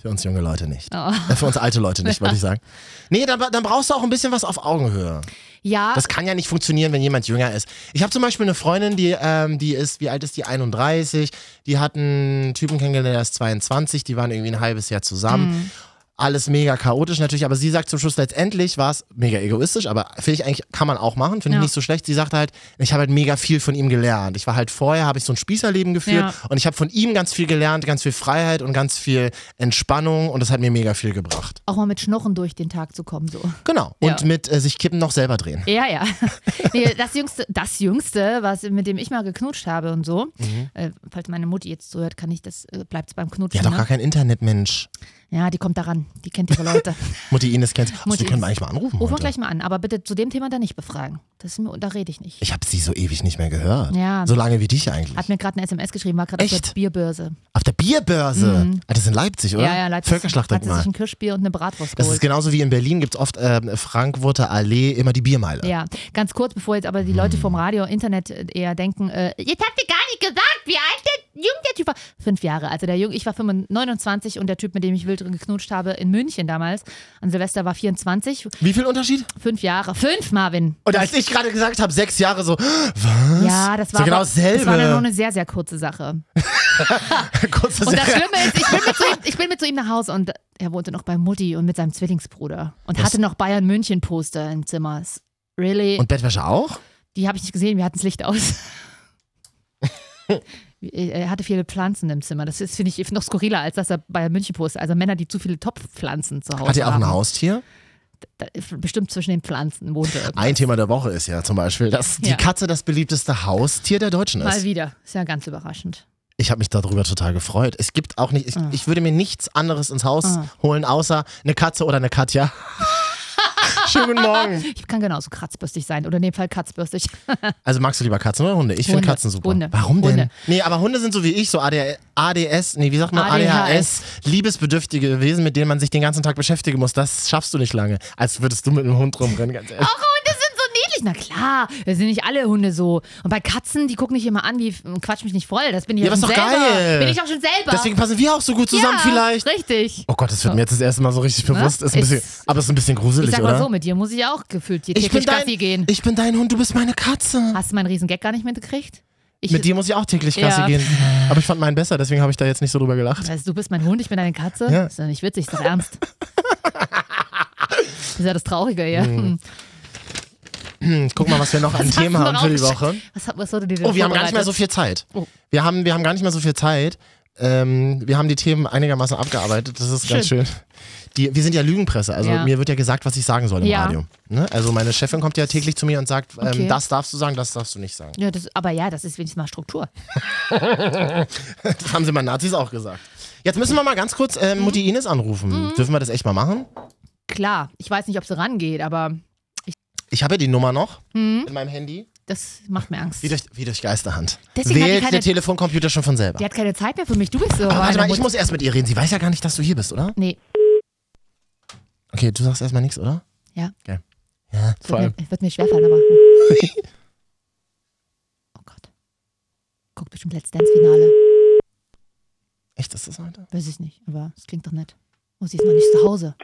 Speaker 1: Für uns junge Leute nicht.
Speaker 2: Oh.
Speaker 1: Äh, Für uns alte Leute nicht, wollte ich sagen. Nee, dann, dann brauchst du auch ein bisschen was auf Augenhöhe.
Speaker 2: Ja,
Speaker 1: Das kann ja nicht funktionieren, wenn jemand jünger ist. Ich habe zum Beispiel eine Freundin, die, ähm, die ist, wie alt ist die? 31. Die hat einen Typen kennengelernt, der ist 22. Die waren irgendwie ein halbes Jahr zusammen.
Speaker 2: Mhm.
Speaker 1: Alles mega chaotisch natürlich, aber sie sagt zum Schluss letztendlich, war es mega egoistisch, aber finde ich eigentlich, kann man auch machen, finde
Speaker 2: Ja.
Speaker 1: ich nicht so schlecht. Sie sagt halt, ich habe halt mega viel von ihm gelernt. Ich war halt vorher, habe ich so ein Spießerleben geführt
Speaker 2: Ja.
Speaker 1: und ich habe von ihm ganz viel gelernt, ganz viel Freiheit und ganz viel Entspannung und das hat mir mega viel gebracht.
Speaker 2: auch mal mit Schnochen durch den Tag zu kommen, so. (laughs)
Speaker 1: Genau.
Speaker 2: Ja.
Speaker 1: Und mit äh, sich kippen noch selber drehen.
Speaker 2: Ja, ja. Nee, das Jüngste, das Jüngste, was mit dem ich mal geknutscht habe und so,
Speaker 1: Mhm.
Speaker 2: äh, falls meine Mutti jetzt zuhört, kann ich das, äh, bleibt es beim
Speaker 1: Die
Speaker 2: Knutschen.
Speaker 1: hat doch gar
Speaker 2: ne?
Speaker 1: kein Internet, Mensch.
Speaker 2: Ja, die kommt daran. Die kennt ihre
Speaker 1: (laughs)
Speaker 2: Leute.
Speaker 1: Mutti Ines kennst. Achso, die
Speaker 2: Mutti
Speaker 1: können wir
Speaker 2: Ines.
Speaker 1: eigentlich mal anrufen.
Speaker 2: Ruf mal
Speaker 1: heute.
Speaker 2: gleich mal an, aber bitte zu dem Thema dann nicht befragen. Das ist mir, da rede ich nicht.
Speaker 1: Ich habe sie so ewig nicht mehr gehört.
Speaker 2: Ja.
Speaker 1: So lange wie dich eigentlich.
Speaker 2: Hat mir gerade eine SMS geschrieben, war gerade auf der
Speaker 1: Echt?
Speaker 2: Bierbörse.
Speaker 1: Auf der Bierbörse. Ah, das ist in Leipzig, oder?
Speaker 2: Mhm. Ja, ja, Leipzig. Hat sie
Speaker 1: Völkerschlachtdenkmal.
Speaker 2: sich ein Kirschbier und eine Bratwurst
Speaker 1: Das ist
Speaker 2: geholt.
Speaker 1: genauso wie in Berlin gibt es oft ähm, Frankfurter Allee immer die Biermeile.
Speaker 2: Ja, ganz kurz, bevor jetzt
Speaker 1: Hm.
Speaker 2: aber die Leute vom Radio, Internet eher denken, äh, jetzt habt ihr gar nicht gesagt, wie alt der Jung der Typ war. Fünf Jahre, also der Jung, ich war 25, 29 und der Typ, mit dem ich wild drin geknutscht habe in München damals, an Silvester war 24,
Speaker 1: Wie viel Unterschied?
Speaker 2: fünf Jahre, fünf Marvin.
Speaker 1: Und als ich gerade gesagt habe, sechs Jahre so, (laughs)
Speaker 2: Ja, das war,
Speaker 1: So genau
Speaker 2: aber, das war
Speaker 1: dasselbe.
Speaker 2: dann nur eine sehr, sehr kurze Sache.
Speaker 1: kurz das
Speaker 2: Und das Schlimme ist, ich bin, mit zu
Speaker 1: (laughs)
Speaker 2: ihm, ich bin mit zu ihm nach Hause und er wohnte noch bei Mutti und mit seinem Zwillingsbruder und
Speaker 1: Das-
Speaker 2: hatte noch Bayern München Poster im Zimmer. S- Really?
Speaker 1: Und Bettwäsche auch?
Speaker 2: die habe ich nicht gesehen, wir hatten das
Speaker 1: (laughs)
Speaker 2: Licht aus. äh, er hatte viele Pflanzen im Zimmer. Das ist, finde ich, noch skurriler, als dass er Bayern München Poster. Also Männer, die zu viele Topfpflanzen zu Hause
Speaker 1: Hat ihr auch
Speaker 2: haben.
Speaker 1: ein Haustier?
Speaker 2: Da- Bestimmt zwischen den Pflanzen wohnte er.
Speaker 1: Ein Thema der Woche ist ja zum Beispiel, dass die
Speaker 2: Ja.
Speaker 1: Katze das beliebteste Haustier der Deutschen ist.
Speaker 2: Mal wieder. Ist ja ganz überraschend.
Speaker 1: Ich habe mich darüber total gefreut. Es gibt auch nicht, ich, ich würde mir nichts anderes ins Haus
Speaker 2: Ah.
Speaker 1: holen, außer eine Katze oder eine Katja. Schönen guten Morgen.
Speaker 2: Ich kann genauso kratzbürstig sein oder in dem Fall katzbürstig. (laughs)
Speaker 1: Also magst du lieber Katzen oder Hunde? Ich finde
Speaker 2: Hunde.
Speaker 1: Katzen super.
Speaker 2: Hunde.
Speaker 1: Warum denn?
Speaker 2: Hunde.
Speaker 1: Nee, aber Hunde sind so wie ich, so AD, ADS, nee, wie sagt man?
Speaker 2: ADHS.
Speaker 1: ADHS. liebesbedürftige Wesen, mit denen man sich den ganzen Tag beschäftigen muss. Das schaffst du nicht lange. Als würdest du mit einem Hund rumrennen, ganz ehrlich.
Speaker 2: Auch Hunde sind so niedlich. Na klar, es sind nicht alle Hunde so. Und bei Katzen, die gucken nicht immer an, wie quatsch mich nicht voll. Das bin ich
Speaker 1: Ja,
Speaker 2: ja,
Speaker 1: aber
Speaker 2: schon
Speaker 1: ist doch
Speaker 2: selber.
Speaker 1: geil.
Speaker 2: Bin ich auch schon selber.
Speaker 1: Deswegen passen wir auch so gut zusammen
Speaker 2: ja,
Speaker 1: vielleicht.
Speaker 2: Richtig.
Speaker 1: Oh Gott, das wird mir jetzt das erste Mal so richtig bewusst. Ist ein
Speaker 2: Ist-
Speaker 1: bisschen, aber ist ein bisschen gruselig,
Speaker 2: Ich sag mal
Speaker 1: oder?
Speaker 2: so, mit dir muss ich auch gefühlt hier
Speaker 1: ich, bin
Speaker 2: täglich
Speaker 1: dein,
Speaker 2: Gassi gehen.
Speaker 1: ich bin dein Hund, du bist meine Katze.
Speaker 2: Hast du meinen Riesengag gar nicht mitgekriegt? Ich,
Speaker 1: Mit dir muss ich auch täglich
Speaker 2: Ja.
Speaker 1: Gassi gehen. Aber ich fand meinen besser, deswegen habe ich da jetzt nicht so drüber gelacht.
Speaker 2: Weißt, du bist mein Hund, ich bin deine Katze.
Speaker 1: Ja.
Speaker 2: Ist ja nicht witzig, ist doch
Speaker 1: (laughs)
Speaker 2: ernst. Das ist ja das Traurige, ja.
Speaker 1: Mhm. Hm, guck mal, was wir
Speaker 2: (laughs)
Speaker 1: noch an Themen haben für die Woche.
Speaker 2: Was, hat- was wurde dir denn
Speaker 1: Oh, wir haben gar nicht mehr so viel
Speaker 2: vorbereitet?
Speaker 1: Zeit.
Speaker 2: Oh.
Speaker 1: Wir, haben, wir haben gar nicht mehr so viel Zeit. Ähm, wir haben die Themen einigermaßen abgearbeitet. Das ist ganz schön. Die, wir sind ja Lügenpresse, also
Speaker 2: Ja.
Speaker 1: mir wird ja gesagt, was ich sagen soll im
Speaker 2: Ja.
Speaker 1: Radio. Ne? Also meine Chefin kommt ja täglich zu mir und sagt, ähm,
Speaker 2: Okay.
Speaker 1: das darfst du sagen, das darfst du nicht sagen.
Speaker 2: Ja, das, aber ja, das ist wenigstens mal Struktur.
Speaker 1: Das haben sie mal Nazis auch gesagt. Jetzt müssen wir mal ganz kurz ähm,
Speaker 2: Mhm.
Speaker 1: Mutti Ines anrufen. Dürfen wir das echt mal machen?
Speaker 2: Klar, ich weiß nicht, ob sie rangeht, aber
Speaker 1: Ich habe ja die Nummer noch
Speaker 2: Mhm.
Speaker 1: in meinem Handy.
Speaker 2: das macht mir Angst.
Speaker 1: Wie durch, wie durch Geisterhand.
Speaker 2: Deswegen hat die
Speaker 1: Wählt
Speaker 2: keine-
Speaker 1: der Telefoncomputer schon von selber.
Speaker 2: Die hat keine Zeit mehr für mich. Du bist so.
Speaker 1: Aber warte
Speaker 2: meine
Speaker 1: mal, ich
Speaker 2: Mutter-
Speaker 1: muss erst mit ihr reden. Sie weiß ja gar nicht, dass du hier bist, oder?
Speaker 2: Nee,
Speaker 1: Okay, du sagst erstmal nichts,
Speaker 2: (laughs)
Speaker 1: oder?
Speaker 2: ja.
Speaker 1: Okay. Ja,
Speaker 2: Wird mir, wird mir schwerfallen, aber. Oh Gott. Guckt bestimmt Let's Dance-Finale.
Speaker 1: Echt, ist das heute?
Speaker 2: Weiß ich nicht, aber es klingt doch nett. Oh, sie ist noch nicht zu Hause.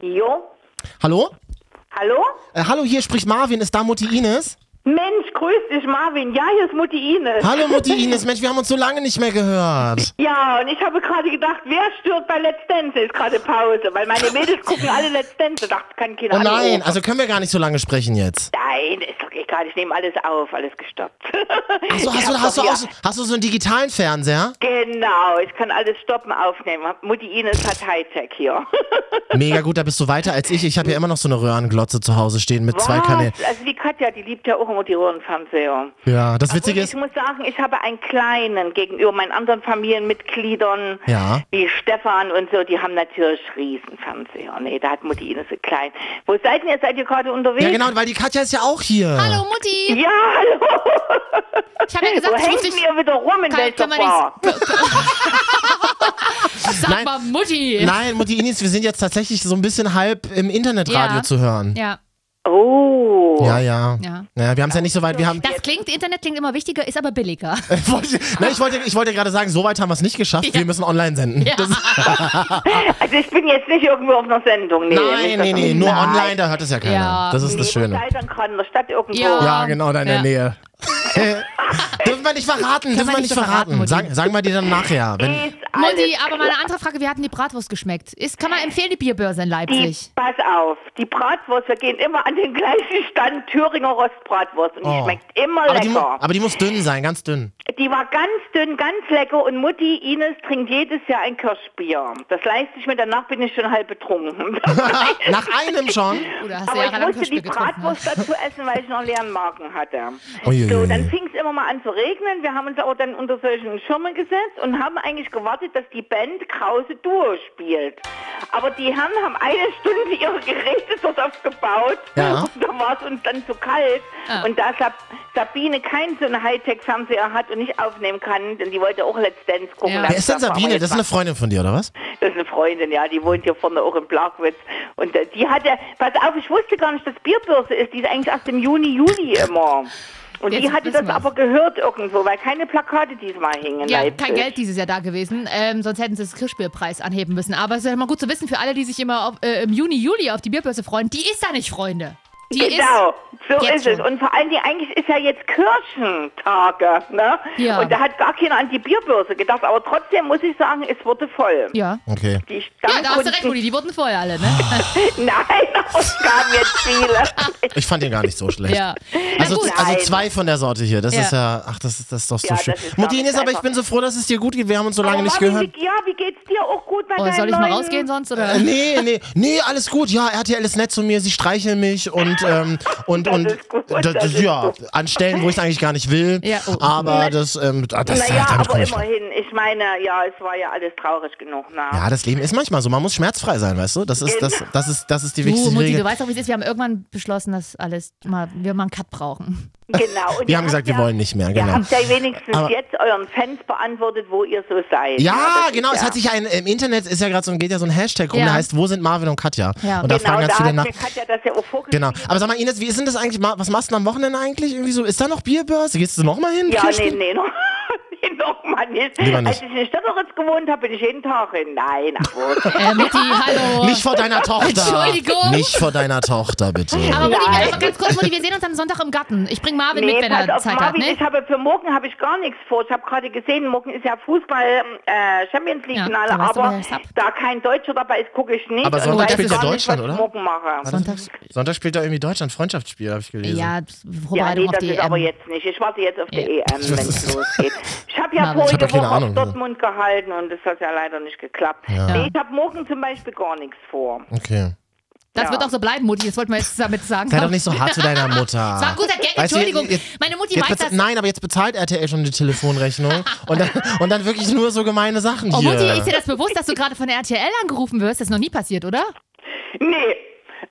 Speaker 3: Jo,
Speaker 1: Hallo?
Speaker 3: hallo?
Speaker 1: Äh, hallo, hier spricht Marvin, ist da Mutti Ines?
Speaker 3: Mensch, grüß dich, Marvin. Ja, hier ist Mutti Ines.
Speaker 1: Hallo
Speaker 3: (laughs)
Speaker 1: Mutti Ines, Mensch, wir haben uns so lange nicht mehr gehört.
Speaker 3: Ja, und ich habe gerade gedacht, wer stirbt bei Let's Dance? Ist gerade Pause, weil meine Mädels gucken alle Let's Dance. Ich dachte, kann Kinder
Speaker 1: Oh nein, also können wir gar nicht so lange sprechen jetzt.
Speaker 3: Nein, ist doch egal. Ich nehme alles auf, alles gestoppt. (laughs)
Speaker 1: Achso, hast
Speaker 3: Ich
Speaker 1: du,
Speaker 3: hab
Speaker 1: hast, du
Speaker 3: doch
Speaker 1: auch,
Speaker 3: hier-
Speaker 1: so- hast du so einen digitalen Fernseher?
Speaker 3: Genau, ich kann alles stoppen, aufnehmen. Mutti Ines hat Hightech hier. (laughs)
Speaker 1: Mega gut, da bist du weiter als ich. Ich habe ja immer noch so eine Röhrenglotze zu Hause stehen mit zwei Kanälen.
Speaker 3: Also die Katja, die liebt ja auch immer die Röhrenfernseher.
Speaker 1: Ja, das Witzige
Speaker 3: Und
Speaker 1: ist,
Speaker 3: ich muss sagen, ich habe einen kleinen gegenüber meinen anderen Familienmitgliedern,
Speaker 1: Ja.
Speaker 3: wie Stefan und so, die haben natürlich Riesenfernseher. Nee, da hat Mutti Ines so klein. Wo seid ihr? Seid ihr gerade unterwegs?
Speaker 1: ja genau, weil die Katja ist ja auch hier.
Speaker 2: Hallo Mutti!
Speaker 3: Ja, hallo.
Speaker 2: Ich habe ja
Speaker 3: Wo
Speaker 2: gesagt, ich
Speaker 3: hängt
Speaker 2: rufe dich.
Speaker 3: ihr wieder rum in
Speaker 2: Kann-
Speaker 3: welcher
Speaker 2: kann man nicht-
Speaker 3: Bar?
Speaker 2: Sag
Speaker 1: Nein.
Speaker 2: mal Mutti!
Speaker 1: Nein, Mutti Ines, wir sind jetzt tatsächlich so ein bisschen halb im Internetradio
Speaker 2: Ja.
Speaker 1: zu hören.
Speaker 2: Ja.
Speaker 3: Oh.
Speaker 1: Ja, ja.
Speaker 2: Ja.
Speaker 1: Naja, wir haben es ja nicht so weit. Wir haben.
Speaker 2: Das klingt, Internet klingt immer wichtiger, ist aber (laughs) billiger.
Speaker 1: Ich wollte, nein, ich wollte, ich wollte gerade sagen, so weit haben wir es nicht geschafft. Wir müssen online senden. Das,
Speaker 3: Also ich bin jetzt nicht irgendwo auf einer Sendung. Nee,
Speaker 1: nein,
Speaker 3: nicht, dass
Speaker 1: nee,
Speaker 3: man-
Speaker 1: nee. Nur online, da hört es ja keiner.
Speaker 2: Ja.
Speaker 1: Das ist das
Speaker 3: Nee,
Speaker 1: Schöne.
Speaker 3: was Eltern kann, in der Stadt irgendwo.
Speaker 2: Ja.
Speaker 1: Ja, genau, da in der
Speaker 2: Ja.
Speaker 1: Nähe. dürfen wir nicht verraten, dürfen
Speaker 2: wir
Speaker 1: wir
Speaker 2: nicht
Speaker 1: nicht
Speaker 2: so verraten,
Speaker 1: verraten.
Speaker 2: Mutti.
Speaker 1: Sagen, sagen wir dir dann nachher. Wenn,
Speaker 3: Ist alles
Speaker 2: Mutti, aber mal eine andere Frage. Wie hat denn die Bratwurst geschmeckt? Ist, kann man empfehlen, die Bierbörse in
Speaker 3: Die,
Speaker 2: Leipzig?
Speaker 3: pass auf, die Bratwurst, wir gehen immer an den gleichen Stand, Thüringer Rostbratwurst. Und die
Speaker 1: Oh.
Speaker 3: schmeckt immer
Speaker 1: aber, die, mu-
Speaker 3: lecker.
Speaker 1: aber die muss dünn sein, ganz dünn.
Speaker 3: Die, war ganz dünn, ganz lecker und Mutti Ines trinkt jedes Jahr ein Kirschbier. Das leiste ich mir, danach bin ich schon
Speaker 1: (laughs)
Speaker 3: halb betrunken. (laughs)
Speaker 1: Ah, Nach einem schon.
Speaker 2: Oder hast du
Speaker 3: Aber ich
Speaker 2: jahrelang
Speaker 3: musste die
Speaker 2: Kirschbier getrunken? ne?
Speaker 3: Bratwurst dazu essen, weil ich noch leeren Marken hatte. So,
Speaker 1: Uiuiui.
Speaker 3: dann fing es immer mal an zu regnen. Wir haben uns aber dann unter solchen Schirmen gesetzt und haben eigentlich gewartet, dass die Band Krause Duo spielt. Aber die Herren haben eine Stunde ihre Geräte dort aufgebaut.
Speaker 1: Ja.
Speaker 3: Und da war es uns dann zu kalt.
Speaker 2: Ah.
Speaker 3: Und da Sab Sabine keinen so einen Hightech-Fernseher hat und nicht aufnehmen kann, denn die wollte auch Let's Dance gucken.
Speaker 2: Ja.
Speaker 3: das-
Speaker 1: Wer ist denn
Speaker 3: das war
Speaker 1: Sabine?
Speaker 3: meine
Speaker 1: Das ist eine Freundin von dir, oder was?
Speaker 3: das ist eine Freundin, ja, die wohnt hier vorne auch in Plagwitz. Und äh, die hatte, pass auf, ich wusste gar nicht, dass Bierbörse ist, die ist eigentlich erst im Juni, Juli immer. Und
Speaker 2: Jetzt
Speaker 3: die hatte
Speaker 2: wissen
Speaker 3: das
Speaker 2: wir's.
Speaker 3: aber gehört irgendwo, weil keine Plakate diesmal hingen.
Speaker 2: Ja,
Speaker 3: Leipzig.
Speaker 2: kein Geld dieses Jahr da gewesen, ähm, sonst hätten sie das Kirschbierpreis anheben müssen. Aber es ist ja mal gut zu wissen für alle, die sich immer auf, äh, im Juni, Juli auf die Bierbörse freuen. Die ist da nicht, Freunde. Die
Speaker 3: Genau, so
Speaker 2: jetzt
Speaker 3: ist es.
Speaker 2: schon.
Speaker 3: Und vor allen Dingen, eigentlich ist ja jetzt Kirchentage, ne?
Speaker 2: Ja.
Speaker 3: Und da hat gar keiner an die Bierbörse gedacht, aber trotzdem muss ich sagen, es wurde voll.
Speaker 2: ist. Ja.
Speaker 1: Okay.
Speaker 3: Die
Speaker 2: Ja, da hast du recht,
Speaker 3: Stammkunden-
Speaker 2: Mutti. Die wurden vorher alle, ne?
Speaker 3: (laughs) Nein, es kamen jetzt viele.
Speaker 1: Ich fand den gar nicht so schlecht.
Speaker 2: ja. Na
Speaker 1: Also,
Speaker 2: gut.
Speaker 1: also
Speaker 3: Nein.
Speaker 1: zwei von der Sorte hier. Das
Speaker 2: Ja.
Speaker 1: ist ja, ach, das ist, das ist doch so
Speaker 3: Ja, das
Speaker 1: schön.
Speaker 3: ist
Speaker 1: Mutti
Speaker 3: gar
Speaker 1: Ines,
Speaker 3: nicht
Speaker 1: aber ich
Speaker 3: einfach.
Speaker 1: bin so froh, dass es dir gut geht. Wir haben uns so lange
Speaker 3: Aber
Speaker 1: nicht
Speaker 3: Marvin,
Speaker 1: gehört.
Speaker 3: wie- Ja, wie geht's dir auch gut bei
Speaker 2: Oder
Speaker 3: deinem
Speaker 2: Oh, soll ich mal
Speaker 3: neuen-
Speaker 2: rausgehen sonst? Oder?
Speaker 1: Äh, Nee, nee, nee, alles gut. Ja, RTL ist nett zu mir, sie streicheln mich und, ähm, und,
Speaker 3: Das
Speaker 1: und,
Speaker 3: ist gut,
Speaker 1: das,
Speaker 3: das ist
Speaker 1: ja,
Speaker 3: gut.
Speaker 1: an Stellen, wo ich es eigentlich gar nicht will.
Speaker 2: Ja, oh, oh.
Speaker 1: aber das, ähm, das, das
Speaker 3: Naja,
Speaker 1: damit komm
Speaker 3: aber
Speaker 1: ich-
Speaker 3: immerhin, ich meine, ja, es war ja alles traurig genug. Na.
Speaker 1: Ja, das Leben ist manchmal so. Man muss schmerzfrei sein, weißt du? Das ist,
Speaker 3: Genau.
Speaker 1: das, das ist, das ist die
Speaker 2: Du,
Speaker 1: wichtigste
Speaker 2: Mutti, du
Speaker 1: Regel.
Speaker 2: weißt doch, wie es ist. Wir haben irgendwann beschlossen, dass alles mal, wir mal einen Cut brauchen. (laughs)
Speaker 3: Genau. Und
Speaker 1: Wir
Speaker 3: ihr
Speaker 1: haben gesagt,
Speaker 3: habt
Speaker 1: wir wollen nicht mehr,
Speaker 3: Ihr
Speaker 1: genau.
Speaker 3: habt ja wenigstens
Speaker 1: Aber-
Speaker 3: jetzt euren Fans beantwortet, wo ihr so seid.
Speaker 1: Ja,
Speaker 3: das ist
Speaker 1: genau. Es hat sich ja ein, im Internet ist ja gerade so ein, geht ja so ein Hashtag rum,
Speaker 2: Ja.
Speaker 1: der heißt, wo sind Marvin und Katja?
Speaker 2: Ja.
Speaker 1: Und da
Speaker 3: Genau,
Speaker 1: fragen
Speaker 3: da
Speaker 1: ganz viele
Speaker 3: hat
Speaker 1: nach.
Speaker 3: mir Katja das ja auch vorgespielt.
Speaker 1: Genau. Aber sag mal, Ines, wie ist denn das eigentlich? Ma- Was machst du denn am Wochenende eigentlich? Irgendwie so, ist da noch Bierbörse? Gehst du noch mal hin?
Speaker 3: Ja, nee,
Speaker 1: Kirschspiel?
Speaker 3: nee, noch, (laughs) nee, noch mal nicht.
Speaker 1: Lieber nicht.
Speaker 3: Als ich in Stöckeritz gewohnt habe, bin ich jeden Tag hin. Nein, ach gut.
Speaker 2: Äh, Mutti,
Speaker 1: (laughs)
Speaker 2: hallo.
Speaker 1: Nicht vor deiner Tochter.
Speaker 2: Entschuldigung.
Speaker 1: Nicht vor deiner Tochter, bitte.
Speaker 2: aber Mutti, wir,
Speaker 3: Nein.
Speaker 2: aber ganz kurz, Mutti, wir sehen uns am Sonntag im Garten. Ich bring Marvin
Speaker 3: Nee,
Speaker 2: mit, wenn
Speaker 3: pass
Speaker 2: er
Speaker 3: auf,
Speaker 2: Zeit hat,
Speaker 3: Marvin,
Speaker 2: ne?
Speaker 3: ich habe für morgen habe ich gar nichts vor. Ich habe gerade gesehen, morgen ist ja Fußball äh, Champions League
Speaker 2: Ja,
Speaker 3: Finale,
Speaker 2: da weißt du,
Speaker 3: aber
Speaker 2: wer es ab.
Speaker 3: da kein Deutscher dabei ist, gucke ich nicht.
Speaker 1: Aber
Speaker 3: und
Speaker 1: Sonntag
Speaker 3: weiß
Speaker 2: spielt ja
Speaker 3: gar
Speaker 1: Deutschland,
Speaker 3: nicht, was
Speaker 1: oder?
Speaker 3: Ich morgen mache.
Speaker 2: Sonntags.
Speaker 1: Sonntags spielt da irgendwie Deutschland Freundschaftsspiel, habe ich gelesen.
Speaker 2: Ja,
Speaker 3: halt Ja,
Speaker 2: Vorbereitung
Speaker 3: nee,
Speaker 2: auf
Speaker 3: das
Speaker 2: die
Speaker 3: ist aber
Speaker 2: EM.
Speaker 3: jetzt nicht. Ich warte jetzt auf die
Speaker 2: Ja.
Speaker 3: EM, wenn es losgeht. Ich habe ja
Speaker 2: Marvin, ich
Speaker 1: hab
Speaker 3: vorige
Speaker 1: keine
Speaker 3: Woche auf
Speaker 1: Ahnung. ne?
Speaker 3: Dortmund gehalten und das hat ja leider nicht geklappt. Nee, ich habe morgen zum Beispiel gar nichts vor.
Speaker 1: Okay.
Speaker 2: Das
Speaker 3: Ja.
Speaker 2: wird auch so bleiben, Mutti. Das wollten wir jetzt damit sagen.
Speaker 1: Sei doch nicht so hart zu deiner Mutter.
Speaker 2: (laughs) Das war ein guter Gag,
Speaker 1: Weißt du,
Speaker 2: Entschuldigung.
Speaker 1: jetzt-
Speaker 2: Meine Mutti
Speaker 1: jetzt
Speaker 2: weiß
Speaker 1: bez-
Speaker 2: das.
Speaker 1: Nein, aber jetzt bezahlt RTL schon die
Speaker 2: (laughs)
Speaker 1: Telefonrechnung und, dann, und dann wirklich nur so gemeine Sachen
Speaker 2: Oh,
Speaker 1: hier.
Speaker 2: Mutti, ist dir das bewusst, dass du gerade von der RTL angerufen wirst? Das ist noch nie passiert, oder?
Speaker 3: Nee,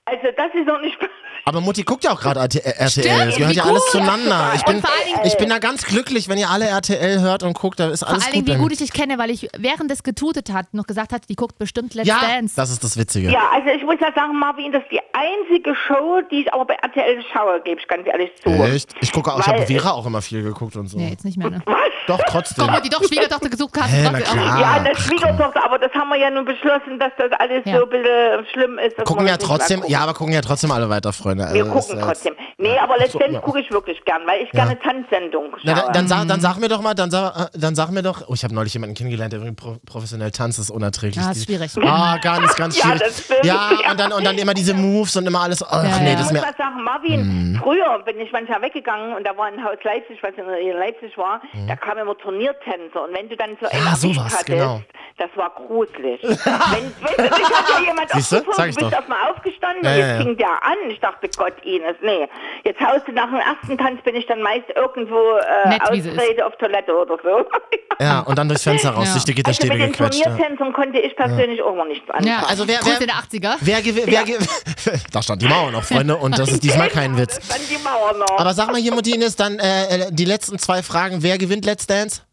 Speaker 3: also das ist noch nicht (laughs)
Speaker 1: aber Mutti guckt ja auch gerade RTL.
Speaker 2: Stimmt,
Speaker 1: es gehört
Speaker 2: wie
Speaker 1: ja alles
Speaker 2: gut.
Speaker 1: zueinander. Ich
Speaker 2: Und
Speaker 1: bin,
Speaker 2: vor allen Dingen-
Speaker 1: ich bin da ganz glücklich, wenn ihr alle RTL hört und guckt, da ist
Speaker 2: Vor
Speaker 1: alles
Speaker 2: allen Dingen,
Speaker 1: gut. bei
Speaker 2: wie
Speaker 1: mir.
Speaker 2: gut ich dich kenne, weil ich während das getutet hat noch gesagt hat, die guckt bestimmt Let's
Speaker 1: ja,
Speaker 2: Dance.
Speaker 1: das ist das Witzige.
Speaker 3: Ja, also ich muss ja sagen, Marvin, das ist die einzige Show, die ich aber bei RTL schaue, gebe ich ganz ehrlich zu.
Speaker 1: Echt? Ich gucke auch, ich habe
Speaker 3: Weil- (laughs)
Speaker 1: Vera auch immer viel geguckt und so.
Speaker 2: nee, jetzt nicht mehr, ne?
Speaker 1: Doch, trotzdem.
Speaker 2: Komm, Mutti, doch Schwiegertochter gesucht hast.
Speaker 1: Hä,
Speaker 2: doch-
Speaker 1: na
Speaker 2: auch-
Speaker 1: klar.
Speaker 3: Ja,
Speaker 1: Ah,
Speaker 3: das Schwiegertochter, aber das haben wir ja nun beschlossen, dass das alles
Speaker 2: Ja.
Speaker 3: so ein bisschen schlimm ist. dass
Speaker 1: gucken
Speaker 3: wir
Speaker 1: ja
Speaker 3: das nicht mehr
Speaker 1: trotzdem,
Speaker 3: gucken.
Speaker 1: ja, aber gucken ja trotzdem alle weiter, Freunde. Also,
Speaker 3: Wir
Speaker 1: das
Speaker 3: gucken
Speaker 1: ist-
Speaker 3: trotzdem. Nee, aber
Speaker 1: ja.
Speaker 3: letztendlich gucke ich wirklich gern, weil ich gerne Tanzsendungen schaue.
Speaker 1: Na, dann, dann, sag, dann
Speaker 3: Ähm.
Speaker 1: sag mir doch mal, dann sag, äh, dann sag mir doch, oh, ich habe neulich jemanden kennengelernt, der übrigens pro- professionell tanzt, das ist unerträglich.
Speaker 2: Ja, ist
Speaker 1: Die-
Speaker 2: schwierig.
Speaker 1: Ah, ganz, ganz
Speaker 3: (laughs) Ja,
Speaker 1: schwierig.
Speaker 3: das stimmt.
Speaker 1: Ja, und dann, und dann immer diese Moves und immer alles. Ach
Speaker 2: Ja,
Speaker 1: nee,
Speaker 2: ja.
Speaker 1: das
Speaker 3: ich
Speaker 1: ist mir.
Speaker 3: muss
Speaker 1: Mhm.
Speaker 3: was sagen, Marvin, früher bin ich manchmal weggegangen und da war ein Haus Leipzig, was in in Leipzig war, da kamen immer Turniertänzer und wenn du dann so einen Erwischt
Speaker 1: Mhm. sowas,
Speaker 3: hattest,
Speaker 1: genau.
Speaker 3: das war
Speaker 1: (laughs)
Speaker 3: gruselig. wenn, weißt du, dich hat ja jemand
Speaker 1: Siehst du?
Speaker 3: abgezogen,
Speaker 1: Sag ich
Speaker 3: bist
Speaker 1: doch.
Speaker 3: auf mal aufgestanden
Speaker 1: Ja,
Speaker 3: und
Speaker 1: ja,
Speaker 3: jetzt
Speaker 1: ja.
Speaker 3: fing der an. Ich dachte, Gott, Ines, nee. Jetzt haust du nach dem ersten Tanz, bin ich dann meist irgendwo äh,
Speaker 2: Nett, wie sie ist.
Speaker 3: Ausrede auf Toilette oder so. (laughs)
Speaker 1: Ja, und dann durchs Fenster raus,
Speaker 2: Ja.
Speaker 1: durch die
Speaker 3: also mit
Speaker 1: Gitterstäbe
Speaker 3: den
Speaker 1: gequetscht. ja.
Speaker 3: Turniertänzern konnte ich persönlich auch mal nichts anfangen.
Speaker 2: Ja,
Speaker 1: Also wer-
Speaker 2: Grüße
Speaker 1: wer-
Speaker 2: der 80er.
Speaker 1: Wer, gewi- wer ge (laughs) Da stand die Mauer noch, Freunde, und das ist diesmal kein Witz.
Speaker 3: Das fand die Mauer noch.
Speaker 1: Aber sag mal hier, Mutines, dann äh, äh, die letzten zwei Fragen. Wer gewinnt Let's Dance?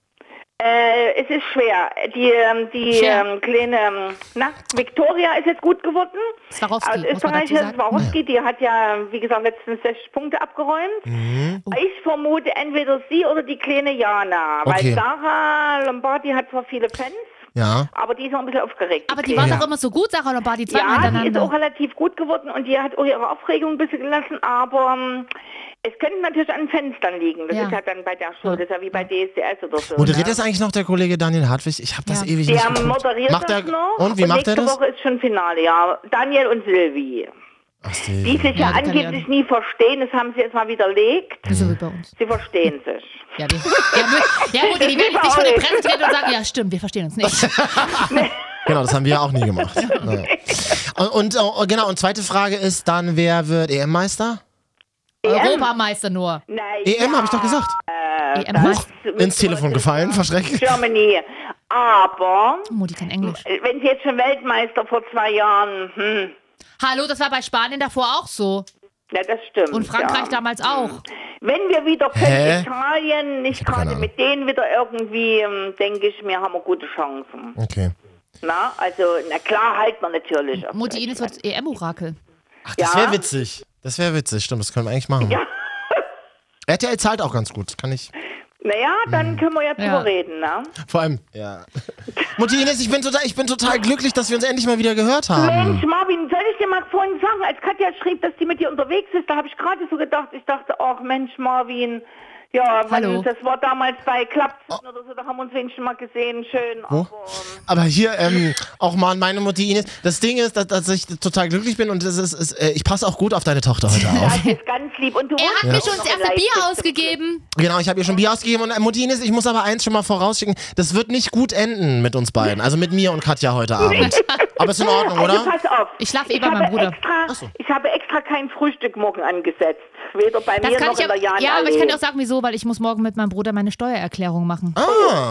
Speaker 3: Äh, es ist schwer. Die, ähm, die
Speaker 2: Schwer.
Speaker 3: ähm, kleine, ähm, na, Victoria ist jetzt gut geworden.
Speaker 2: Swarovski,
Speaker 3: Aus
Speaker 2: muss man dazu
Speaker 3: Österreich ist
Speaker 2: sagen.
Speaker 3: Swarovski, die hat ja, wie gesagt, letztens 60 Punkte abgeräumt.
Speaker 1: Mhm. Oh.
Speaker 3: Ich vermute entweder sie oder die kleine Jana,
Speaker 1: Okay.
Speaker 3: weil Sarah Lombardi hat zwar viele Fans,
Speaker 1: Ja.
Speaker 3: aber die ist auch ein bisschen aufgeregt.
Speaker 2: Aber die
Speaker 3: Kleine.
Speaker 2: war
Speaker 1: Ja.
Speaker 2: doch immer so gut, Sarah Lombardi, zweimal
Speaker 3: Ja, die ist
Speaker 2: hintereinander.
Speaker 3: auch relativ gut geworden und die hat auch ihre Aufregung ein bisschen gelassen, aber ähm, es könnte natürlich an Fenstern liegen. Das
Speaker 2: Ja.
Speaker 3: ist halt dann bei der Show, das ist ja wie bei DSDS oder so.
Speaker 1: Moderiert
Speaker 3: ne?
Speaker 1: das eigentlich noch der Kollege Daniel Hartwig? Ich habe das
Speaker 2: Ja.
Speaker 1: ewig nicht
Speaker 3: Der
Speaker 1: geguckt.
Speaker 3: moderiert
Speaker 1: macht
Speaker 3: das
Speaker 1: er,
Speaker 3: noch.
Speaker 1: Und wie macht
Speaker 3: nächste
Speaker 1: er das?
Speaker 3: Woche ist schon Finale, ja. Daniel und Silvi.
Speaker 1: Ach,
Speaker 3: Die
Speaker 1: Silvia.
Speaker 3: sich ja,
Speaker 2: Ja, die
Speaker 3: angeblich nie verstehen, das haben sie jetzt mal widerlegt.
Speaker 2: So Also wie bei uns.
Speaker 3: Sie verstehen sich.
Speaker 2: Ja, die, ja, mö- ja gut, die werden jetzt nicht von der Presse treten und sagen, ja stimmt, wir verstehen uns nicht.
Speaker 1: Genau, das haben wir ja auch nie
Speaker 3: (laughs)
Speaker 1: gemacht. Naja. Und, und oh, genau, und zweite Frage ist dann, wer wird E EM-Meister?
Speaker 2: Europameister nur.
Speaker 3: Nein.
Speaker 1: EM, habe E ich doch gesagt. Oh,
Speaker 2: EM heißt,
Speaker 1: Ins Telefon gefallen, verschreckt.
Speaker 3: Germany. Aber
Speaker 2: Mutti kann Englisch.
Speaker 3: äh, wenn sie jetzt schon Weltmeister vor zwei Jahren, hm,
Speaker 2: Hallo, das war bei Spanien davor auch so.
Speaker 3: ja, das stimmt.
Speaker 2: Und Frankreich
Speaker 3: ja.
Speaker 2: damals auch.
Speaker 3: Wenn wir wieder
Speaker 1: Hä?
Speaker 3: können, Italien, nicht
Speaker 1: hab keine
Speaker 3: gerade mit denen wieder irgendwie, ähm, denke ich mir, haben wir gute Chancen.
Speaker 1: Okay.
Speaker 3: Na, also, na klar, halten wir natürlich.
Speaker 1: Hm.
Speaker 3: auf
Speaker 2: Mutti Ines wird E EM-Orakel.
Speaker 1: Ach, das
Speaker 3: Ja.
Speaker 1: wäre witzig. Das wäre witzig, stimmt, das können wir eigentlich machen. RTL zahlt auch ganz gut, kann ich.
Speaker 3: Naja,
Speaker 1: Hm.
Speaker 3: dann können wir ja drüber
Speaker 2: Ja.
Speaker 3: reden, ne?
Speaker 1: Vor allem, ja. Mutti Ines, ich bin, total, ich bin total glücklich, dass wir uns endlich mal wieder gehört haben.
Speaker 3: Mensch, Marvin, soll ich dir mal vorhin sagen, als Katja schrieb, dass die mit dir unterwegs ist, da habe ich gerade so gedacht, ich dachte, ach Mensch, Marvin, ja, wann-
Speaker 2: Hallo.
Speaker 3: das war damals bei Klappzitten oder so, da haben wir uns wenigstens mal gesehen, schön.
Speaker 1: Oh. Wo?
Speaker 3: Aber,
Speaker 1: Aber hier, ähm, auch mal an meine Mutti Ines. Das Ding ist, dass, dass ich total glücklich bin und das ist, ist, äh, ich passe auch gut auf deine Tochter heute auf.
Speaker 2: (laughs)
Speaker 3: das ist ganz lieb. Und du
Speaker 2: Er
Speaker 3: wohnst
Speaker 2: hat mir
Speaker 3: auch
Speaker 2: schon das
Speaker 3: noch in
Speaker 2: erste Bier
Speaker 3: Leipzig.
Speaker 2: ausgegeben.
Speaker 1: Genau, ich habe ihr schon Bier ausgegeben und äh, Mutti Ines, ich muss aber eins schon mal vorausschicken. Das wird nicht gut enden mit uns beiden. Also mit mir und Katja heute
Speaker 2: (laughs)
Speaker 1: Abend. (laughs) Aber ist in Ordnung,
Speaker 3: Also
Speaker 1: oder?
Speaker 3: pass auf.
Speaker 2: Ich schlafe eh bei
Speaker 3: habe
Speaker 2: meinem Bruder.
Speaker 3: Extra,
Speaker 1: so.
Speaker 3: Ich habe extra kein Frühstück morgen angesetzt. Weder bei
Speaker 2: Das
Speaker 3: mir
Speaker 2: kann
Speaker 3: noch
Speaker 2: ich
Speaker 3: in der
Speaker 2: ja,
Speaker 3: Jan
Speaker 2: ja, aber ich kann dir auch sagen, wieso, weil ich muss morgen mit meinem Bruder meine Steuererklärung machen.
Speaker 1: Ah,